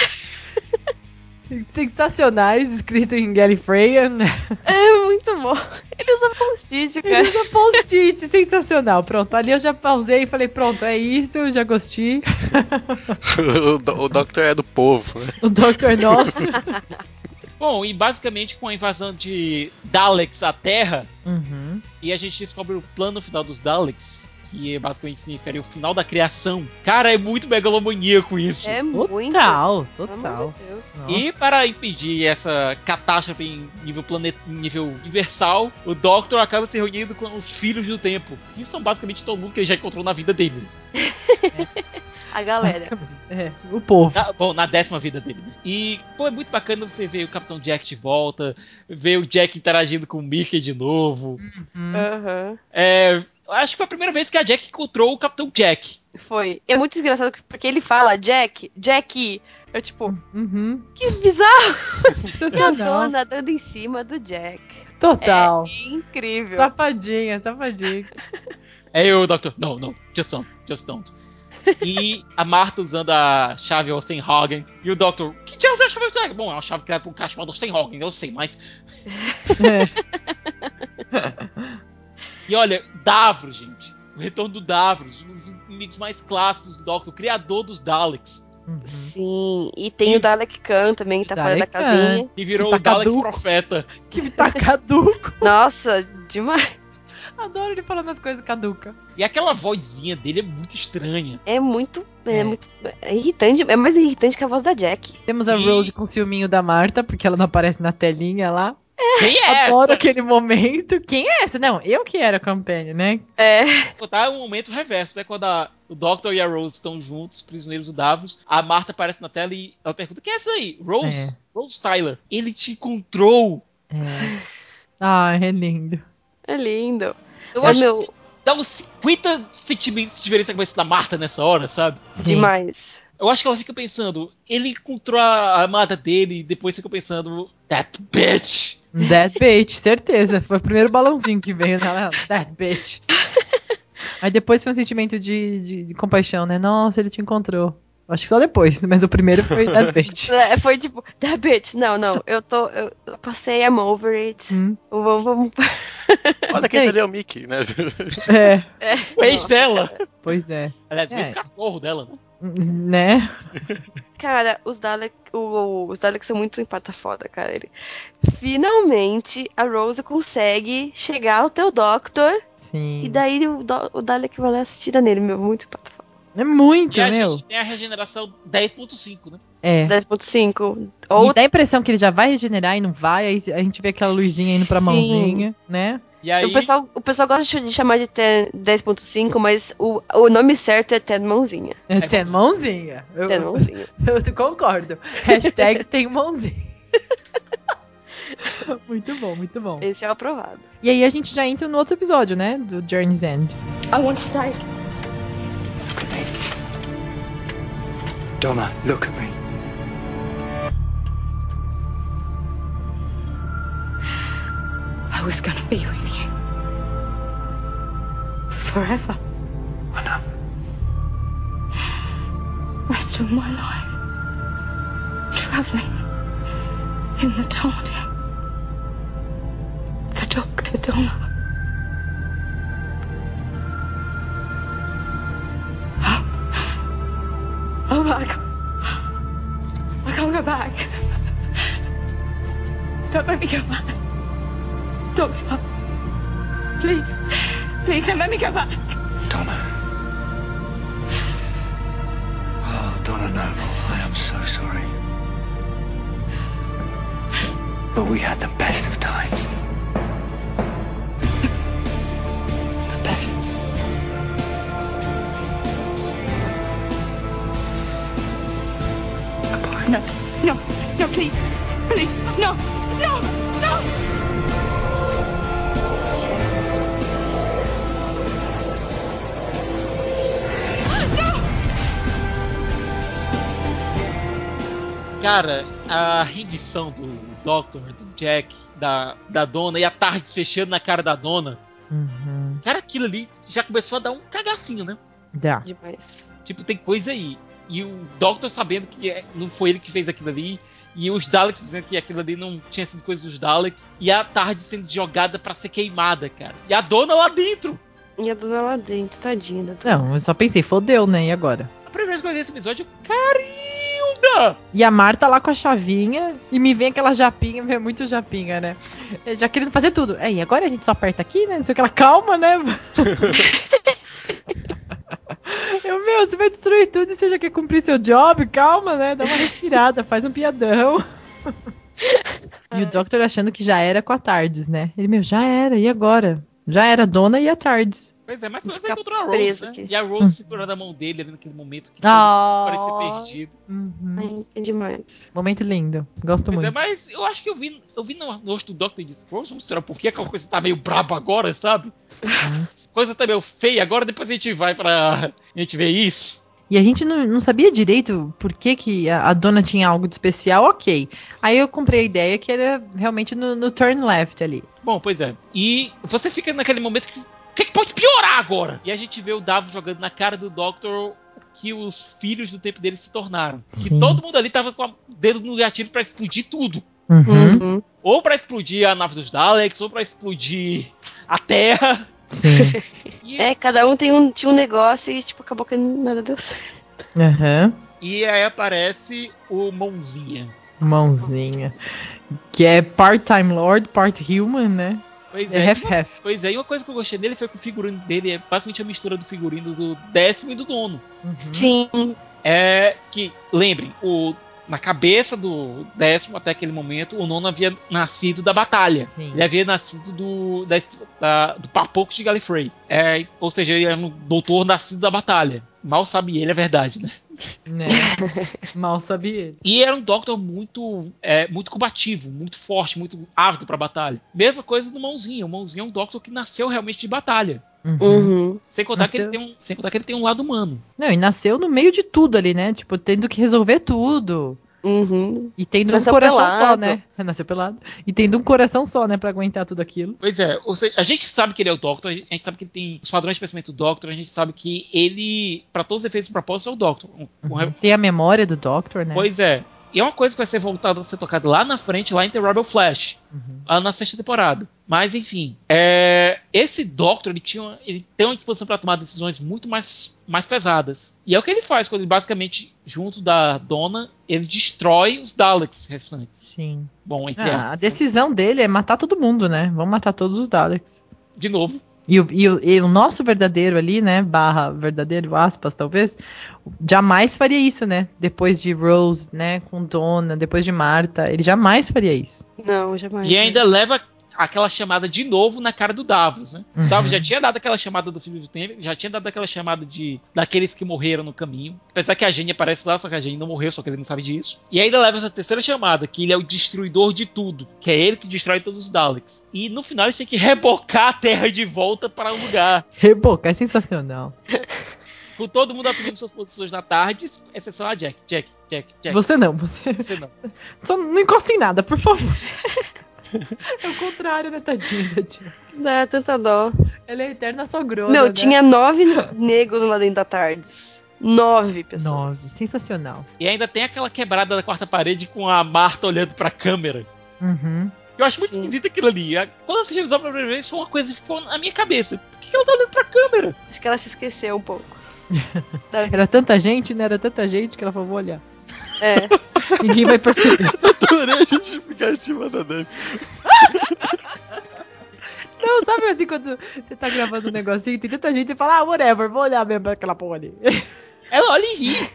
S3: Sensacionais, escrito em Gallifreyan.
S4: É muito bom. Ele usa post-it,
S3: Ele
S4: cara.
S3: usa um post-it, sensacional. Pronto, ali eu já pausei e falei, pronto, é isso, eu já gostei.
S2: o, do- o Doctor é do povo. né?
S3: O Dr. Nosso.
S5: Bom, e basicamente com a invasão de Daleks à Terra,
S3: Uhum.
S5: e a gente descobre o plano final dos Daleks, que é basicamente significaria o final da criação. Cara, é muito megalomaníaco isso.
S4: É muito.
S3: Total,
S4: Pelo amor
S3: total.
S4: de Deus.
S5: E
S3: Nossa.
S5: para impedir essa catástrofe em nível, planet... em nível universal, o Doctor acaba se reunindo com os filhos do tempo, que são basicamente todo mundo que ele já encontrou na vida dele.
S4: A galera.
S3: Basicamente, é, o povo.
S5: Na- Tá, bom, na décima vida dele. né? E, pô, é muito bacana você ver o Capitão Jack de volta, ver o Jack interagindo com o Mickey de novo.
S4: Aham.
S5: É, eu acho que foi a primeira vez que a Jack encontrou o Capitão Jack.
S4: Foi. É muito engraçado porque ele fala Jack, Jack. Eu, tipo,
S3: Uhum.
S4: que bizarro. E a
S3: Sensacional.
S4: dona dando em cima do Jack.
S3: Total.
S4: Incrível.
S3: Safadinha, safadinha.
S5: É eu, Doctor. Não, não, just don't, just don't. E a Marta usando a chave Ostenhagen. E o Doctor, que diabos é a chave Ostenhagen? Bom, é uma chave que era pra um caixa chamado Ostenhagen, eu sei, mas. E olha, Davros, gente. O retorno do Davros, um dos inimigos mais clássicos do Doctor, o criador dos Daleks.
S3: Uhum.
S4: Sim, e tem o Dalek Khan também, que tá fora da
S3: Dalek Khan.
S4: casinha.
S5: Que virou
S3: Que
S5: o Dalek
S3: tacaduco.
S5: Profeta.
S3: Que tá caduco.
S4: Nossa, demais.
S3: Adoro ele falando as coisas caduca.
S5: E aquela vozinha dele é muito estranha.
S4: É muito. É,
S3: É.
S4: muito. É irritante. É mais irritante que a voz da Jack.
S3: Temos a
S5: E-
S3: Rose com o ciúminho da Marta, porque ela não aparece na telinha lá.
S5: Quem é
S3: Adoro
S5: essa?
S3: aquele momento. Quem é essa? Não, eu que era a Companion, né?
S4: É.
S5: Tá um momento reverso, né? Quando a- o Doctor e a Rose estão juntos, prisioneiros do Davos, a Marta aparece na tela e ela pergunta: quem é essa aí? Rose? Rose Tyler. Ele te encontrou.
S3: É. Ah, é lindo.
S4: É lindo.
S5: Eu
S4: é
S5: acho
S4: meu.
S5: que dá uns 50 centímetros de diferença com esse da Marta nessa hora, sabe?
S3: Sim.
S4: Demais.
S5: Eu acho que ela fica pensando, ele encontrou a amada dele e depois fica pensando, that bitch.
S3: That bitch, certeza. Foi o primeiro balãozinho que veio na That bitch. Aí depois foi um sentimento de, de, de compaixão, né? Nossa, ele te encontrou. Acho que só depois, mas o primeiro foi That bitch.
S4: É, foi tipo, that bitch. Não, não, eu tô. Eu eu passei, I'm over it.
S3: Hum.
S4: Vamos. vamos...
S2: Olha quem
S3: Ei.
S2: ali é o Mickey, né?
S3: É,
S5: O ex dela.
S3: pois é.
S5: Aliás, o
S3: É.
S5: ex-cachorro dela. né?
S3: Né?
S4: Cara, os Dalek, o- o- os Daleks são muito empata foda, cara. Ele... Finalmente, a Rose consegue chegar ao teu Doctor
S3: Sim.
S4: e daí o, do, o Dalek vai lá e atira nele, meu. Muito empata foda.
S3: É muito,
S5: E a
S3: meu.
S5: gente tem a regeneração 10.5, né?
S3: É.
S4: 10.5.
S3: E
S4: Ou
S3: dá a impressão que ele já vai regenerar e não vai, aí a gente vê aquela luzinha indo pra
S4: Sim.
S3: mãozinha, né?
S5: E aí,
S4: o, pessoal, o pessoal gosta de chamar de 10 10.5, mas o, o nome certo é Ten Mãozinha.
S5: É,
S3: Tem
S5: vamos-
S3: mãozinha. Eu,
S4: Ten Mãozinha.
S3: eu concordo. Hashtag tem mãozinha. muito bom, muito bom.
S4: Esse é o aprovado.
S3: E aí a gente já entra no outro episódio, né? Do Journey's End.
S6: I want to die.
S1: Look at me. Donna, look at me.
S6: I was gonna be with you. Forever.
S1: I know.
S6: Rest of my life. Traveling. In the TARDIS. The Doctor Donna. Oh. Oh, I can't. I can't go back. Don't make me go back. Doctor. Please. Please don't let me go back.
S1: Donna. Oh, Donna Noble, I am so sorry. But we had the best of times. The best. Goodbye.
S6: No, no, no, please. Please, no, no, no! Oh,
S5: cara, a rendição do Doctor, do Jack, da, da Dona e a tarde se fechando na cara da Dona.
S3: Uhum.
S5: Cara, aquilo ali já começou a dar um cagacinho, né?
S3: Dá.
S4: Demais.
S5: Tipo, tem coisa aí. E o Doctor sabendo que é- não foi ele que fez aquilo ali. E os Daleks dizendo que aquilo ali não tinha sido coisa dos Daleks. E a tarde sendo jogada pra ser queimada, cara. E a Dona lá dentro.
S4: E a dona lá dentro, tadinha. da dona.
S3: Não, eu só pensei, fodeu, né? E agora?
S5: A primeira vez que eu vi esse episódio, eu, Carilda!
S3: E a Marta lá com a chavinha e me vem aquela japinha, é muito japinha, né? É, Já querendo fazer tudo. É, e agora a gente só aperta aqui, né? Não sei o que ela calma, né? Eu, meu, você vai destruir tudo e você já quer cumprir seu job, calma, né? Dá uma respirada, faz um piadão. e o Doctor achando que já era com a Tardes, né? Ele, meu, já era, e agora? Já era a dona e a Tardes.
S5: Pois é, mas
S4: Vou
S5: você
S4: ficar
S5: encontrou a Rose,
S4: preso
S5: né?
S4: aqui.
S5: E a Rose segurando a mão dele ali naquele momento que
S3: Ah.
S5: todo mundo parecia perdido.
S3: Uhum.
S4: Ai, é demais.
S3: Momento lindo, gosto
S5: Pois é,
S3: muito.
S5: mas eu acho que eu vi, eu vi no no rosto do Doctor e disse, Rose, vamos tirar porque aquela coisa tá meio braba agora, sabe? coisa tá meio feia agora, depois a gente vai pra. A gente vê isso.
S3: E a gente não, não sabia direito por que, que a, a dona tinha algo de especial, ok. Aí eu comprei a ideia que era realmente no, no turn left ali.
S5: Bom, pois é. E você fica naquele momento que. O que, que pode piorar agora? E a gente vê o Davo jogando na cara do Doctor o que os filhos do tempo dele se tornaram. Que
S3: Sim.
S5: todo mundo ali tava com o dedo no gatilho pra explodir tudo.
S4: Uhum.
S5: Ou pra explodir a nave dos Daleks, ou pra explodir a Terra.
S3: Sim.
S5: E,
S4: É, cada um tem um, tinha um negócio e, tipo, acabou que nada deu certo.
S3: Aham.
S5: e aí aparece o Mãozinha.
S3: Mãozinha. Que é part-time lord, part human, né?
S5: Pois
S3: É
S5: é. e uma-
S3: half-half.
S5: Pois é, e uma coisa que eu gostei dele foi que o figurino dele é basicamente a mistura do figurino do décimo e do nono.
S3: Uhum.
S4: Sim.
S5: é que, lembrem, o, na cabeça do décimo até aquele momento, o nono havia nascido da batalha.
S3: Sim.
S5: Ele havia nascido do, da, es- da- do papoco de Gallifrey. É, ou é seja, ele era um doutor nascido da batalha. Mal sabe ele a verdade, né?
S3: Né? Mal sabia ele.
S5: E era um Doctor muito, é, muito combativo, muito forte, muito ávido pra batalha. Mesma coisa do Mãozinho. O Mãozinho é um Doctor que nasceu realmente de batalha.
S4: Uhum.
S5: Sem contar, que
S3: Nasceu.
S5: ele tem um, sem contar que ele tem um lado humano.
S3: Não, e nasceu no meio de tudo ali, né? Tipo, tendo que resolver tudo.
S4: Uhum.
S3: E tendo
S4: Nasceu
S3: um coração só,
S4: pelado.
S3: né? Nasceu pelado. E tendo um coração só, né? Pra aguentar tudo aquilo.
S5: Pois é, ou seja, a gente sabe que ele é o Doctor, a gente sabe que ele tem os padrões de pensamento do Doctor, a gente sabe que ele, pra todos os efeitos e propósitos, é o Doctor. Um- um re-
S3: Tem a memória do Doctor, né?
S5: Pois é. E é uma coisa que vai ser voltada a ser tocada lá na frente, lá em The Rebel Flash.
S3: Uhum.
S5: lá na sexta temporada. Mas enfim, é, esse Doctor ele, tinha, uma- ele tem uma disposição para tomar decisões muito mais, mais pesadas. E é o que ele faz quando ele basicamente, junto da dona, ele destrói os Daleks restantes.
S3: Sim.
S5: Bom, entre
S3: Ah, a
S5: aspas.
S3: decisão dele é matar todo mundo, né? Vamos matar todos os Daleks.
S5: de novo.
S3: E o, e o- e o nosso verdadeiro ali, né? Barra verdadeiro, aspas, talvez, jamais faria isso, né? Depois de Rose, né? Com Donna, depois de Marta. Ele jamais faria isso.
S4: Não, jamais.
S5: E ainda leva aquela chamada de novo na cara do Davos, né? O Davos já tinha dado aquela chamada do filho do Temer, já tinha dado aquela chamada de daqueles que morreram no caminho. Apesar que a Jenny aparece lá, só que a Jenny não morreu, só que ele não sabe disso. E ainda leva essa terceira chamada, que ele é o destruidor de tudo, que é ele que destrói todos os Daleks. E no final ele tem que rebocar a Terra de volta para o lugar,
S3: Reboca, é sensacional.
S5: com todo mundo assumindo suas posições na tarde, exceção a Jack, Jack, Jack, Jack.
S3: Você não, você.
S5: Você não.
S3: Só não encosta em nada, por favor. é o contrário, né, tadinha da Jill.
S4: Dá tanta dó.
S3: Ela é eterna sogrona.
S4: Não,
S3: né?
S4: tinha nove negros lá dentro da Tardes. Nove pessoas.
S3: Nove. Sensacional.
S5: E ainda tem aquela quebrada da quarta parede com a Marta olhando para a câmera.
S3: Uhum.
S5: Eu acho muito
S4: Sim.
S5: esquisito aquilo ali. A- Quando eu assisti a episódio pela primeira vez, foi uma coisa que ficou na minha cabeça. Por que que ela tá olhando pra câmera?
S4: Acho que ela se esqueceu um pouco.
S3: Era tanta gente, né? Era tanta gente que ela falou, vou olhar.
S4: É.
S3: Ninguém vai perceber.
S2: Adorei a justificativa da Dani.
S3: não, sabe assim, quando você tá gravando um negocinho, tem tanta gente, você fala, ah, whatever, vou olhar mesmo aquela porra ali.
S5: Ela olha e ri.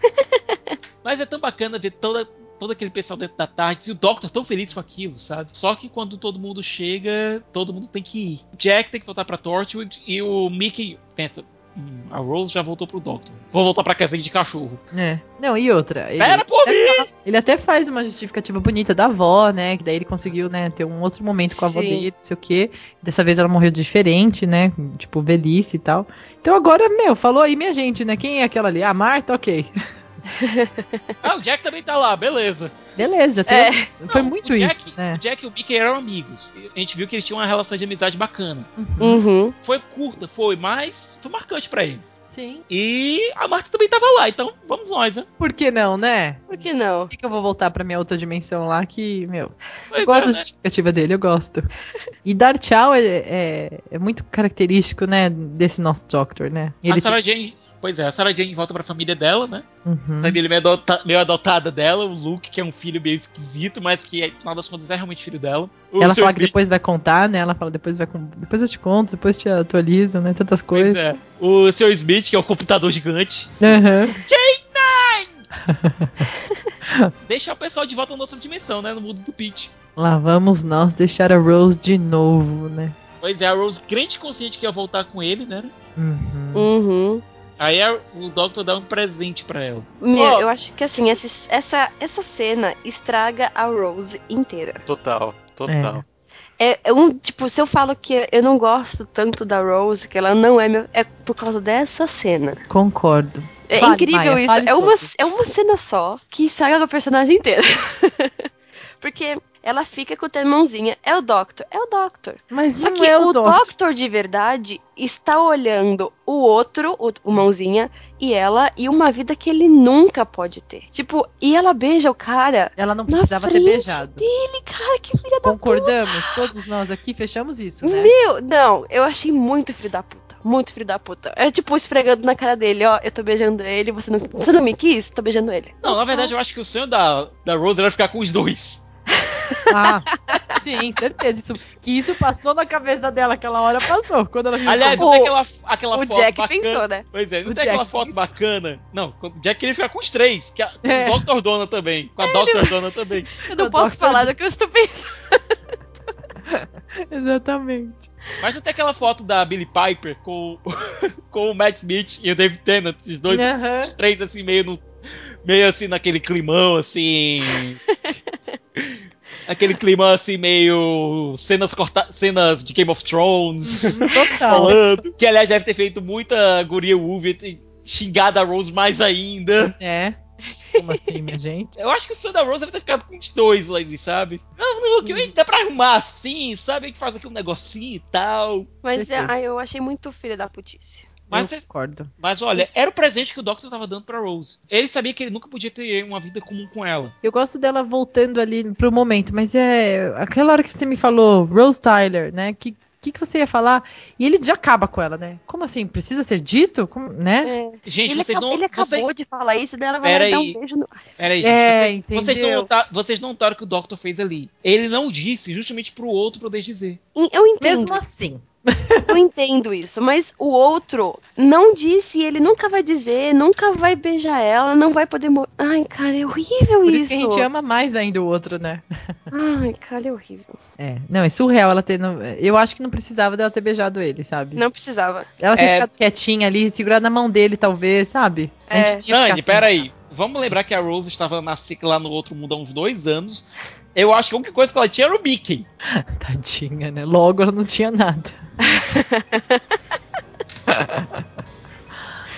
S5: Mas é tão bacana ver toda, todo aquele pessoal dentro da tarde e o Doctor tão feliz com aquilo, sabe? Só que quando todo mundo chega, todo mundo tem que ir. O Jack tem que voltar pra Torchwood e o Mickey pensa. "Hum, a Rose já voltou pro Doctor. Vou voltar pra casinha de cachorro.
S3: É. Não, e outra. Ele,
S5: Pera por mim!
S3: ele até faz uma justificativa bonita da avó, né? Que daí ele conseguiu, né, ter um outro momento com a avó
S4: Sim.
S3: dele, não sei o quê. Dessa vez ela morreu diferente, né? Tipo, velhice e tal. Então agora, meu, falou aí minha gente, né? Quem é aquela ali? Ah, Marta, ok.
S5: Ah, o Jack também tá lá, beleza.
S3: Beleza, já tem. um-
S4: É.
S3: Foi
S5: Não,
S3: muito
S5: o Jack,
S3: isso, né?
S5: O Jack e o Mickey eram amigos. A gente viu que eles tinham uma relação de amizade bacana.
S4: Uhum.
S5: Foi curta, foi, mas foi marcante pra eles.
S3: Sim.
S5: E a Marta também tava lá, então vamos nós, né?
S3: Por que não, né?
S4: Por que não?
S3: Por que, que eu vou voltar pra minha outra dimensão lá que, meu,
S5: Pois
S3: eu gosto
S5: é,
S3: da justificativa dele, eu gosto. E dar tchau é, é, é muito característico, né, desse nosso Doctor, né?
S5: A
S3: Ele
S5: Sarah Jane. Pois é, a Sarah Jane volta pra família dela, né?
S3: tem- Uhum.
S5: A família meio, adota- meio adotada dela, o Luke, que é um filho meio esquisito, mas que no final das contas é realmente filho dela. O
S3: Ela
S5: seu
S3: fala que
S5: Smith-
S3: depois vai contar, né? Ela fala depois vai con- depois eu te conto, depois te atualizo, né? Tantas
S5: Pois
S3: coisas.
S5: é. O seu Smith, que é o computador gigante,
S3: Aham.
S5: deixa o pessoal de volta na outra dimensão, né? No mundo do Pete.
S3: Lá vamos nós deixar a Rose de novo, né?
S5: Pois é, a Rose, crente e consciente que ia voltar com ele, né?
S3: Uhum.
S4: Uhum.
S5: Aí a- o Doctor dá um presente pra ela.
S4: Meu,
S5: Ó.
S4: eu acho que assim, essa, essa, essa cena estraga a Rose inteira.
S2: Total, total.
S4: É, é um, tipo, se eu falo que eu não gosto tanto da Rose, que ela não é meu. É por causa dessa cena.
S3: Concordo.
S4: É
S3: Fale,
S4: incrível
S3: Maia,
S4: isso.
S3: fale
S4: É uma,
S3: sobre.
S4: é uma cena só que estraga a personagem inteira. Porque ela fica com a irmãozinha. É o Doctor. É o Doctor.
S3: Mas
S4: Só
S3: não
S4: que
S3: é
S4: o
S3: Doctor.
S4: Doctor de verdade está olhando o outro, o, o mãozinha, e ela, e uma vida que ele nunca pode ter. Tipo, e ela beija o cara.
S3: Ela não
S4: Na
S3: precisava ter
S4: frente
S3: beijado.
S4: Dele, cara, que filha da puta.
S3: Concordamos, todos nós aqui fechamos isso, né?
S4: Meu, não, eu achei muito filho da puta. Muito filho da puta. É tipo esfregando na cara dele, ó. Eu tô beijando ele, você não, você não me quis? Tô beijando ele.
S5: Não, na verdade, eu acho que o sonho da, da Rose era ficar com os dois.
S3: Ah, sim, certeza. Isso, que isso passou na cabeça dela aquela hora, passou. Quando ela
S5: Aliás, não
S4: O-
S5: tem aquela, aquela
S4: o
S5: foto
S4: Jack
S5: bacana.
S4: pensou, né?
S5: Pois é, não
S3: O
S5: tem
S3: Jack
S5: aquela foto
S3: pensou.
S5: bacana. Não, o Jack queria ficar com os três. Que a, com
S3: É.
S5: o Dr. Dona também. Com a Dr. Dona também.
S4: Eu não
S3: O
S4: posso
S3: Dr.
S4: falar do que eu estou pensando.
S3: Exatamente.
S5: Mas não tem aquela foto da Billy Piper com, o- com o Matt Smith e o David Tennant, os dois,
S3: Aham.
S5: os três assim, meio no, meio assim naquele climão assim. Aquele climão assim, meio. cenas corta... cenas de Game of
S3: Hum.
S5: Thrones
S3: Total.
S5: falando. Que aliás deve ter feito muita Guria Wolf ter xingado a Rose mais ainda.
S3: É. Como assim, minha gente?
S5: Eu acho que o Santa Rose deve ter ficado com uns dois lá, ali, sabe? Não, não, que
S4: Hum.
S5: dá pra arrumar assim, sabe? Que faz aqui um negocinho e tal.
S4: Mas
S3: Perfeito.
S4: ah, eu achei muito filha da putice.
S5: Mas,
S3: eu
S5: cês-
S3: concordo.
S5: mas olha, era o presente que o Doctor tava dando pra Rose. Ele sabia que ele nunca podia ter uma vida comum com ela.
S3: Eu gosto dela voltando ali pro momento, mas é aquela hora que você me falou, Rose Tyler, né? Que que, que você ia falar? E ele já acaba com ela, né? Como assim? Precisa ser dito? Como- né?
S4: É.
S5: Gente,
S4: Ele,
S5: vocês
S4: acab-
S5: não.
S4: ele acabou
S5: vocês-
S4: de falar isso, dela vai lá
S5: Pera
S4: e dar
S5: aí.
S4: um beijo no.
S5: Peraí, gente.
S3: É,
S5: vocês, vocês não
S3: entendeu?
S5: nota- vocês não notaram o que o Doctor fez ali. Ele não disse, justamente pro outro poder dizer.
S4: E Eu entendo,
S3: Mesmo assim.
S4: eu entendo isso, mas o outro não disse, ele nunca vai dizer, nunca vai beijar ela, não vai poder. mo- Ai, cara, é horrível
S3: Por isso
S4: isso.
S3: que a gente ama mais ainda o outro, né?
S4: Ai, cara, é horrível.
S3: É, não, é surreal ela ter. não- Eu acho que não precisava dela ter beijado ele, sabe?
S4: Não precisava.
S3: Ela ter
S5: É.
S3: ficado quietinha ali, segurado na mão dele, talvez, sabe? A
S4: É.
S3: gente ia ficar
S5: Nani,
S3: assim.
S5: peraí. Vamos lembrar que a Rose estava na cicla lá no outro mundo há uns dois anos. Eu acho que a única coisa que ela tinha era o Mickey.
S3: Tadinha, né? Logo ela não tinha nada.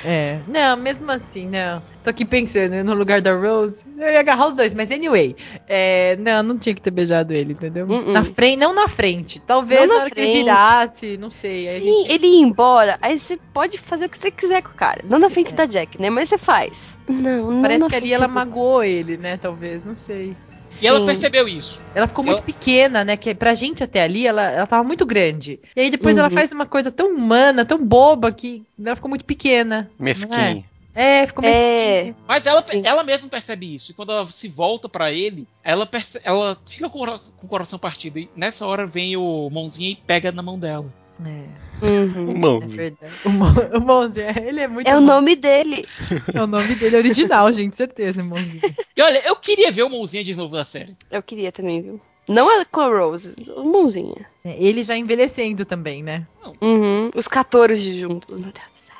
S3: é. Não, mesmo assim, não. Tô aqui pensando, né, no lugar da Rose, eu ia agarrar os dois, mas anyway. É, não, não tinha que ter beijado ele, entendeu?
S4: Uh-uh.
S3: Na frente, não na frente. Talvez
S4: Não
S3: na,
S4: na
S3: hora que ele
S4: frente.
S3: virasse, não sei. aí a
S4: Sim,
S3: gente-
S4: ele ir embora, aí você pode fazer o que você quiser com o cara. Não na frente da Jack, né? Mas você faz. Não, não.
S3: Parece
S4: na
S3: que ali
S4: frente
S3: ela
S4: do-
S3: magoou ele, né? Talvez, não sei.
S5: E ela
S4: Sim.
S5: percebeu isso.
S3: Ela ficou muito
S5: Eu-
S3: pequena, né? Que pra gente até ali, ela, ela tava muito grande. E aí depois ela
S4: Uhum.
S3: faz uma coisa tão humana, tão boba, que ela ficou muito pequena.
S2: Mesquinho.
S3: É, ficou meio
S4: É,
S5: Mas ela,
S4: Sim.
S5: ela mesma percebe isso. E quando ela se volta pra ele, ela, perce- ela fica com, o cora- com o coração partido. E nessa hora vem o mãozinha e pega na mão dela.
S3: É,
S4: uhum.
S2: Mão.
S3: é verdade. O, Mon o Monzi, é, ele é muito
S4: é o
S3: bom.
S4: nome dele.
S3: É o nome dele original, gente, certeza, Monzi.
S5: E olha, eu queria ver o mãozinha de novo na série.
S4: Eu queria também, viu? Não a com a Rose, o mãozinha.
S3: É, ele já envelhecendo também, né?
S4: Uhum. Os 14 juntos, meu Deus do céu.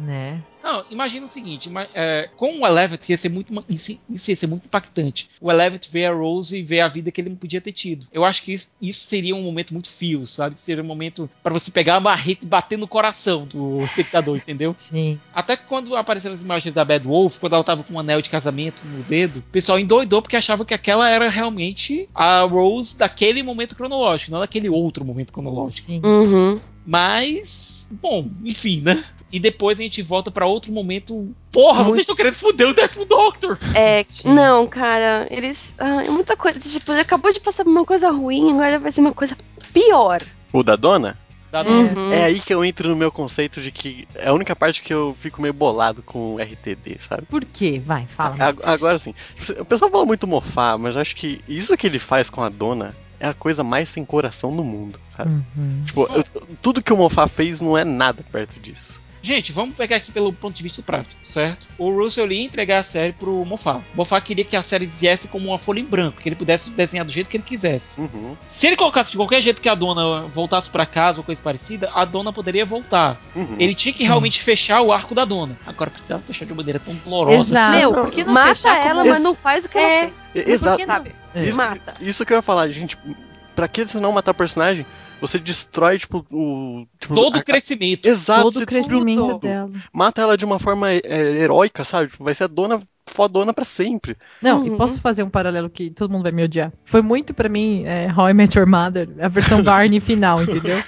S3: Né?
S5: Não, imagina o seguinte: ima- é, com o Eleventh ia ser muito, ma- isso, isso ia ser muito impactante. O Eleventh vê a Rose e vê a vida que ele não podia ter tido. Eu acho que isso, isso seria um momento muito fio, sabe? Seria um momento pra você pegar a marreta e bater no coração do espectador, entendeu?
S3: Sim.
S5: Até que quando apareceram as imagens da Bad Wolf, quando ela tava com um anel de casamento no dedo, o pessoal endoidou porque achava que aquela era realmente a Rose daquele momento cronológico, não daquele outro momento cronológico.
S3: Sim.
S4: Uhum.
S5: Mas, bom, enfim, né? E depois a gente volta pra outro momento. Porra, vocês estão querendo foder o Death Doctor!
S4: É,
S3: Sim.
S4: não, cara, eles. Ah, é muita coisa. Tipo, ele acabou de passar por uma coisa ruim, agora vai ser uma coisa pior.
S2: O da dona?
S5: Da
S4: Uhum.
S2: É aí que eu entro no meu conceito de que é a única parte que eu fico meio bolado com o RTD, sabe?
S3: Por quê? Vai, fala.
S2: A- Agora sim, o pessoal fala muito mofar, mas eu acho que isso que ele faz com a dona é a coisa mais sem coração do mundo, sabe?
S3: Uhum.
S2: Tipo, eu- tudo que o mofar fez não é nada perto disso.
S5: Gente, vamos pegar aqui pelo ponto de vista prático, certo? O Russell ia entregar a série pro Moffat. Moffat queria que a série viesse como uma folha em branco, que ele pudesse desenhar do jeito que ele quisesse.
S2: Uhum,
S5: Se ele colocasse de qualquer jeito que a dona voltasse pra casa ou coisa parecida, a dona poderia voltar.
S2: uhum.
S5: Ele tinha que
S3: Sim.
S5: realmente fechar o arco da dona. Agora precisava fechar de uma maneira tão dolorosa. assim.
S3: Exato.
S2: Tá.
S4: Meu,
S3: por que não
S4: mata
S3: fechar como
S4: ela,
S3: eles-
S4: mas não faz o que
S3: É,
S4: ela
S2: E-
S4: fez.
S2: Exato.
S4: Sabe?
S3: É.
S4: Mata.
S2: Isso que eu ia falar, gente. Pra que você não matar personagem? Você destrói, tipo, o. tipo,
S5: Todo
S2: a-
S5: o crescimento.
S2: Exato,
S3: Todo
S2: você
S3: o
S2: destruiu
S3: crescimento
S2: tudo.
S3: dela.
S2: Mata ela de uma forma é, heróica, sabe? Tipo, Vai ser a dona fodona pra sempre.
S3: Não,
S4: Uhum.
S3: e posso fazer um paralelo que todo mundo vai me odiar. Foi muito pra mim é, How I Met Your Mother, a versão Barney final, entendeu?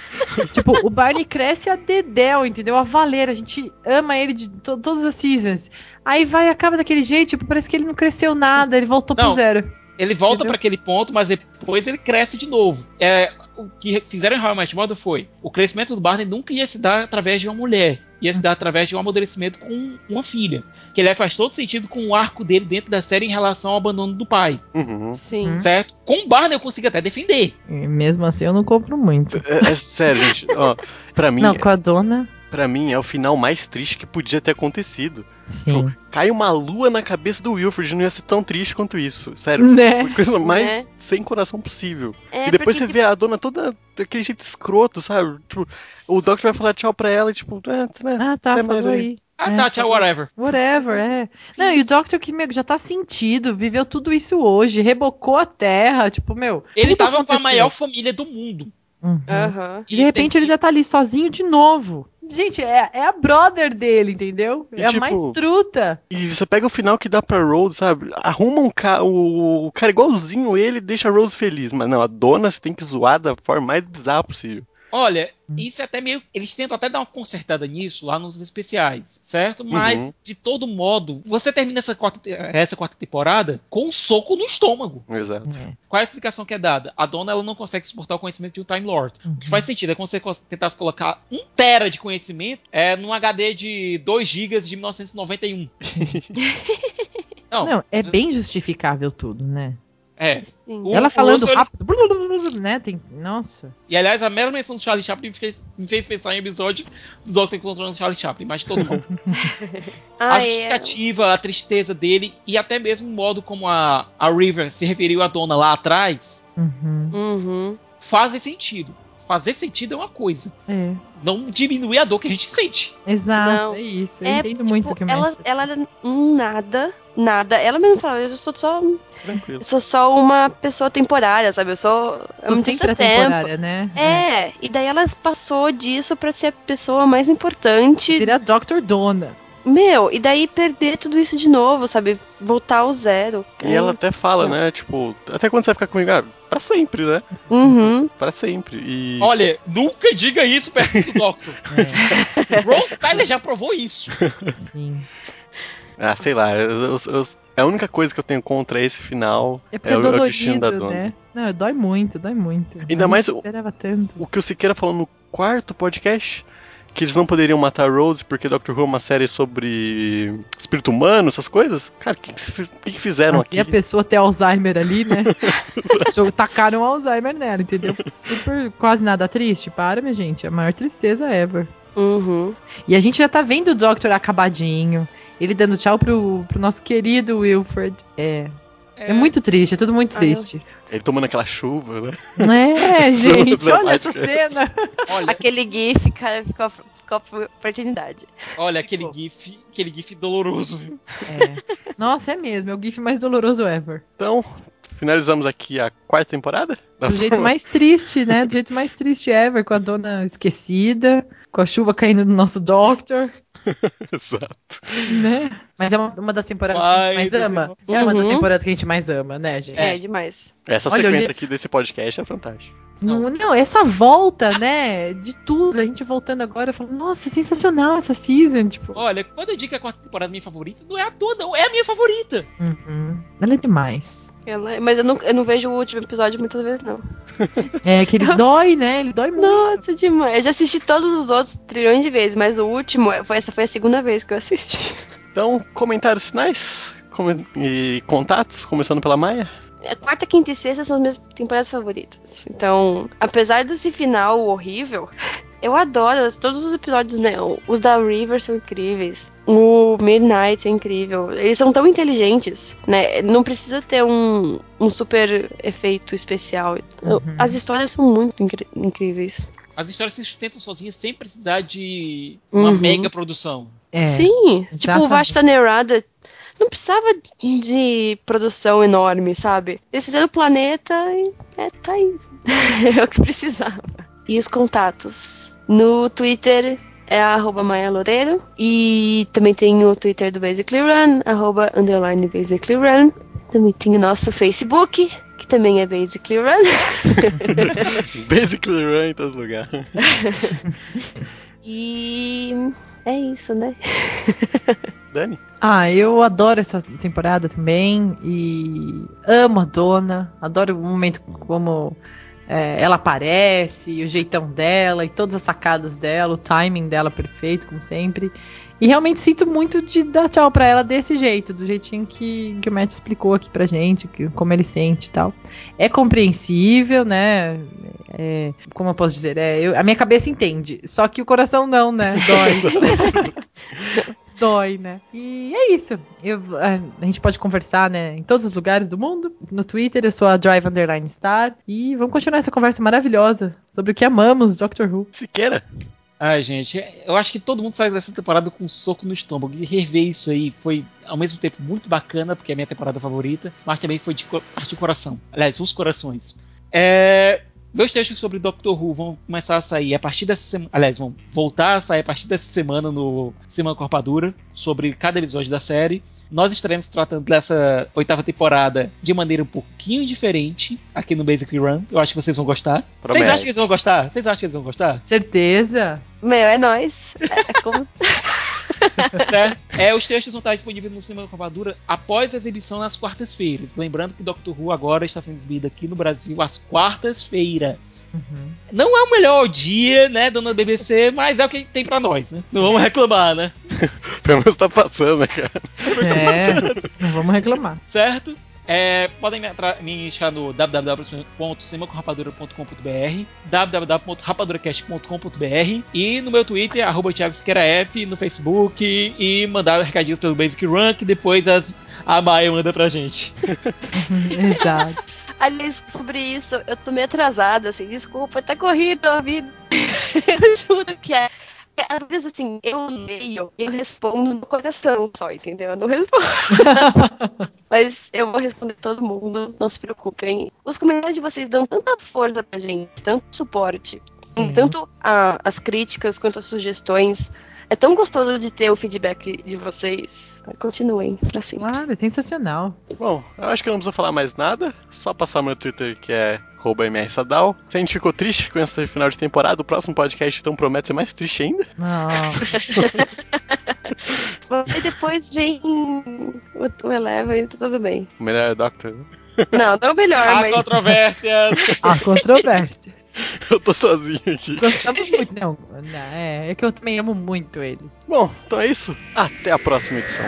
S3: tipo, o Barney cresce a dedéu, entendeu? A valer, a gente ama ele de to- todas as seasons. Aí vai, acaba daquele jeito, tipo, parece que ele não cresceu nada, ele voltou
S5: Não.
S3: pro zero.
S5: Ele volta
S3: Entendeu?
S5: pra aquele ponto, mas depois ele cresce de novo. É, o que fizeram em How I Met Your Mother foi o crescimento do Barney nunca ia se dar através de uma mulher, ia se dar através de um amadurecimento com uma filha. Que aliás faz todo sentido com o arco dele dentro da série em relação ao abandono do pai,
S2: Uhum.
S4: Sim.
S3: Hum.
S5: certo? Com o Barney eu consigo até defender.
S3: E mesmo assim, eu não compro muito.
S2: É, é sério, gente. Ó, pra, mim,
S3: Não, com a dona,
S2: pra mim é o final mais triste que podia ter acontecido.
S3: sim.
S2: Cai uma lua na cabeça do Wilfred, não ia ser tão triste quanto isso. Sério.
S3: Né?
S2: A coisa mais
S4: Né?
S2: sem coração possível.
S4: É,
S2: e depois
S4: porque,
S2: você vê a dona toda daquele jeito escroto, sabe? Tipo, o Doctor vai falar tchau pra ela e, tipo, ah, né?
S3: Ah, tá,
S2: Até mais
S3: falou
S2: aí.
S3: aí.
S5: Ah, tá, tchau, whatever.
S3: Whatever, é. Não, e o Doctor que, meu, já tá sentido, viveu tudo isso hoje, rebocou a terra, tipo, meu.
S5: Ele
S3: tudo
S5: tava com a
S3: aconteceu.
S5: maior família do mundo.
S3: Uhum.
S4: Aham.
S3: E de repente
S5: tem-
S3: ele já tá ali sozinho de novo. Gente, é, é a brother dele, entendeu?
S2: E,
S3: é
S2: tipo,
S3: a mais truta.
S2: E você pega o final que dá pra Rose, sabe? Arruma um ca... o... o cara igualzinho ele e deixa a Rose feliz. Mas não, a dona você tem que zoar da forma mais bizarra possível.
S5: Olha, isso é até meio. Eles tentam até dar uma consertada nisso lá nos especiais, certo? Mas,
S2: Uhum.
S5: de todo modo, você termina essa quarta, te- essa quarta temporada com um soco no estômago.
S2: Exato.
S4: Hum.
S5: Qual é a explicação que é dada? A dona ela não consegue suportar o conhecimento de um Time Lord. O
S3: Uhum.
S5: que faz sentido é quando você cons- tentasse colocar um tera de conhecimento é, num HD de 2 GB de 1991. não,
S3: Não, é bem justificável tudo, né?
S5: é.
S4: Sim.
S5: O-
S3: Ela
S5: o
S3: falando
S5: Russell, ele-
S3: rápido, blu, blu, blu, blu, né? Tem, nossa.
S5: E aliás, a mera menção do Charlie Chaplin me fez, me fez pensar em episódio do Doctor encontrando o Charlie Chaplin, mas de todo mundo.
S4: Ah,
S5: a
S4: é.
S5: justificativa, a tristeza dele e até mesmo o modo como a, a River se referiu à dona lá atrás
S3: Uhum.
S4: Uhum.
S5: fazem sentido. Fazer sentido é uma coisa,
S3: É,
S5: não diminuir a dor que a gente sente.
S3: exato,
S4: Não.
S3: é isso. Eu
S4: É,
S3: entendo muito
S4: tipo,
S3: o que o
S4: ela,
S3: mestre- tá
S4: ela era um nada, nada. Ela mesmo falava, eu sou só, eu
S2: Tranquilo.
S4: sou só uma pessoa temporária, sabe? Eu sou, eu
S3: Sou
S4: não tenho
S3: sempre
S4: seu
S3: a
S4: tempo.
S3: temporária, né?
S4: É, e daí ela passou disso pra ser a pessoa mais importante.
S3: É. Vira Dr. Dona.
S4: Meu, e daí perder tudo isso de novo, sabe? Voltar ao zero.
S2: E ela até
S4: É.
S2: fala, né? Tipo, até quando você vai ficar comigo? Ah, pra sempre, né?
S4: Uhum.
S2: Pra sempre. E.
S5: Olha, nunca diga isso perto do Doctor. Rose Tyler já provou isso.
S3: É, sim.
S2: Ah, sei lá. eu- eu- eu- é a única coisa que eu tenho contra esse final.
S3: É porque
S2: É
S3: é,
S2: o- é o
S3: dolorido,
S2: destino da dona.
S3: né? Não, dói muito, dói muito.
S2: Ainda
S3: Eu
S2: mais
S3: não
S2: o-
S3: esperava tanto.
S2: O que o Siqueira falou no quarto podcast. Que eles não poderiam matar a Rose porque Doctor Who é uma série sobre espírito humano, essas coisas? Cara, o que, que fi- que que fizeram
S3: Fazia Assim, a
S2: aqui?
S3: pessoa ter Alzheimer ali, né? Jogo- Tacaram Alzheimer nela, entendeu? Super, quase nada triste. Para, minha gente. A maior tristeza ever.
S4: Uhum.
S3: E a gente já tá vendo o Doctor acabadinho. Ele dando tchau pro, pro nosso querido Wilfred. É. É, muito triste, é tudo muito
S4: Ai,
S3: triste.
S2: Ele tomando aquela chuva, né?
S3: É, gente, olha essa
S2: Dramática.
S3: cena.
S5: Olha,
S4: Aquele GIF, cara, ficou, ficou a oportunidade.
S5: olha aquele gif, aquele gif doloroso, viu?
S3: É. Nossa, é mesmo, é o GIF mais doloroso ever.
S2: Então, finalizamos aqui a quarta temporada? Da
S3: Do jeito
S2: forma-
S3: mais triste, né? Do jeito mais triste ever, com a dona esquecida, com a chuva caindo no nosso Doctor,
S2: Exato.
S3: né? Mas é uma, uma das temporadas que a gente
S5: Ai,
S3: mais
S5: Deus,
S3: ama.
S4: eu-
S3: É uma das
S4: Uhum.
S3: temporadas que a gente mais ama, né, gente?
S4: É,
S5: É.
S4: demais.
S2: Essa
S3: Olha, eu
S2: sequência
S3: li-
S2: aqui desse podcast é fantástica.
S3: Não, não, essa volta, né? De tudo, a gente voltando agora, eu falo, nossa, é sensacional essa season, tipo.
S5: Olha, quando eu digo que a quarta temporada é minha favorita, não é a tua, não, é a minha favorita.
S3: Uhum. Ela é demais.
S4: Ela- mas eu não, eu não vejo o último episódio muitas vezes, não.
S3: É que ele dói, né? Ele dói muito.
S4: Nossa, é demais. Eu já assisti todos os outros trilhões de vezes, mas o último, é, foi, essa foi a segunda vez que eu assisti.
S2: Então, comentários, sinais come- e contatos, começando pela Maia.
S4: A quarta, quinta e sexta são as minhas temporadas favoritas. Então, apesar desse final horrível, eu adoro as- todos os episódios, né? Os da River são incríveis. O Midnight é incrível. Eles são tão inteligentes, né? Não precisa ter um, um super efeito especial. Então,
S3: Uhum.
S4: As histórias são muito incri- incríveis.
S5: As histórias se sustentam sozinhas sem precisar de uma
S4: Uhum.
S5: mega produção.
S3: É.
S4: Sim, tipo o
S3: exatamente.
S4: Vasta Neurada. Não precisava de produção enorme, sabe? Eles fizeram o planeta e é, tá aí. é o que precisava. E os contatos? No Twitter é arroba Maia Loureiro. E também tem o Twitter do Basically Run, arroba underline Basically Run. Também tem o nosso Facebook, que também é Basically Run.
S2: Basically Run em todo lugar.
S4: E é isso, né?
S2: Dani?
S3: Ah, eu adoro essa temporada também e amo a dona. Adoro o momento como é, ela aparece, o jeitão dela e todas as sacadas dela, o timing dela perfeito, como sempre. E realmente sinto muito de dar tchau pra ela desse jeito, do jeitinho que, que o Matt explicou aqui pra gente, que- como ele sente e tal. É compreensível, né? É, como eu posso dizer? É, eu- a minha cabeça entende, só que o coração não, né? Dói. Dói, né? E é isso. Eu- a, a gente pode conversar, né? Em todos os lugares do mundo. No Twitter, eu sou a Drive Underline Star. E vamos continuar essa conversa maravilhosa sobre o que amamos, Doctor Who.
S2: Siqueira?
S5: Ai, gente, eu acho que todo mundo sai dessa temporada com um soco no estômago. E rever isso aí foi, ao mesmo tempo, muito bacana, porque é a minha temporada favorita, mas também foi de co- partir o coração. Aliás, os corações. É, Meus textos sobre Doctor Who vão começar a sair a partir dessa semana. Aliás, vão voltar a sair a partir dessa semana no Semana Corpadura, sobre cada episódio da série. Nós estaremos tratando dessa oitava temporada de maneira um pouquinho diferente aqui no Basic Run. Eu acho que vocês vão gostar. Vocês
S2: Promete.
S5: acham que eles vão gostar? Vocês acham que eles vão gostar?
S3: Certeza?
S4: Meu, é nóis. É como-
S5: certo? É, os textos vão estar disponíveis no Cinema Cavadura após a exibição nas quartas-feiras. Lembrando que Doctor Who agora está sendo exibido aqui no Brasil às quartas-feiras.
S3: Uhum.
S5: Não é o melhor dia, né, dona BBC, mas é o que tem pra nós, né? Não vamos reclamar, né?
S2: Pelo menos tá passando, né, cara?
S3: É, não vamos reclamar.
S5: certo? É, podem me, atra- me achar no www.cinemacorrapadura.com.br www.rapaduracast.com.br e no meu Twitter, arroba Thiago Siqueira F, no Facebook e mandar recadinhos pelo Basic Run que depois as, a Maia manda pra gente.
S3: Exato.
S4: Aliás, sobre isso, eu tô meio atrasada, assim, desculpa, tá corrido a vida. eu juro que é. É, Às vezes, assim, eu leio, eu respondo no coração só, entendeu? Eu não respondo. Mas eu vou responder todo mundo, não se preocupem. Os comentários de vocês dão tanta força pra gente, tanto suporte.
S3: Sim.
S4: Tanto a- as críticas quanto as sugestões. É tão gostoso de ter o feedback de vocês. Continuem pra sempre.
S3: Claro, é sensacional.
S2: Bom, eu acho que eu não preciso falar mais nada, só passar meu Twitter que é @mrsadal. Se a gente ficou triste com esse final de temporada, o próximo podcast então promete ser mais triste ainda.
S3: Não.
S7: E depois vem o, o Eleven, tá tudo bem.
S2: O melhor é Doctor.
S7: Não, não o melhor,
S5: Há
S7: mas
S5: controvérsias!
S3: Há controvérsias.
S2: Eu tô sozinho aqui.
S3: Gostamos muito. Não, não, é, é que eu também amo muito ele.
S2: Bom, então é isso. Até a próxima edição.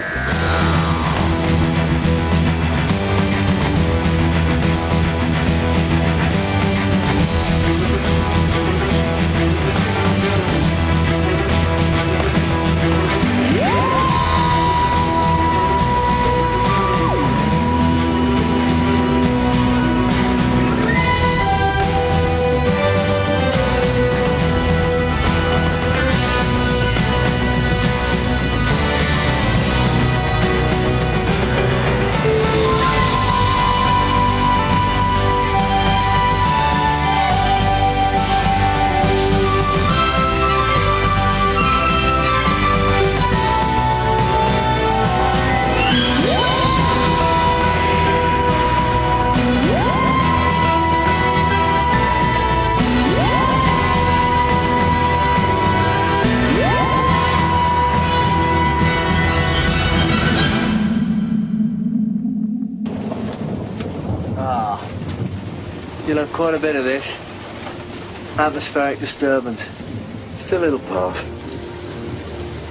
S8: Ah, you'll have quite a bit of this. Atmospheric disturbance. Just a little path.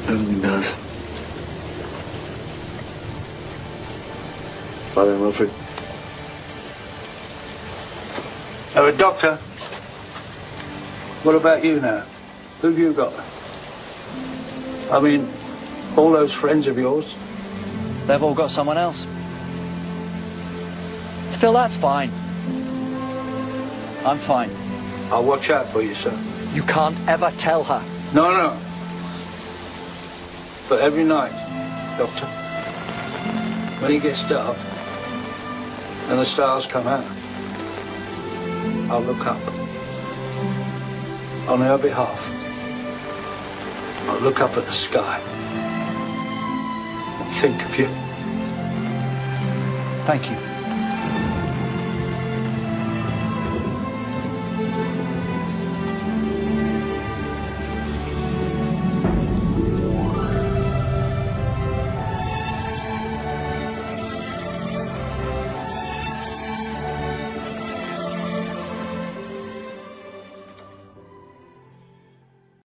S8: Everything does. Bye then, Wilfred.
S9: Oh, a doctor. What about you now? Who've you got? I mean, all those friends of yours.
S8: They've all got someone else. Still, that's fine. I'm fine.
S9: I'll watch out for you, sir.
S8: You can't ever tell her.
S9: No, no. But every night, Doctor, when it gets dark and the stars come out, I'll look up. On her behalf, I'll look up at the sky and think of you.
S8: Thank you.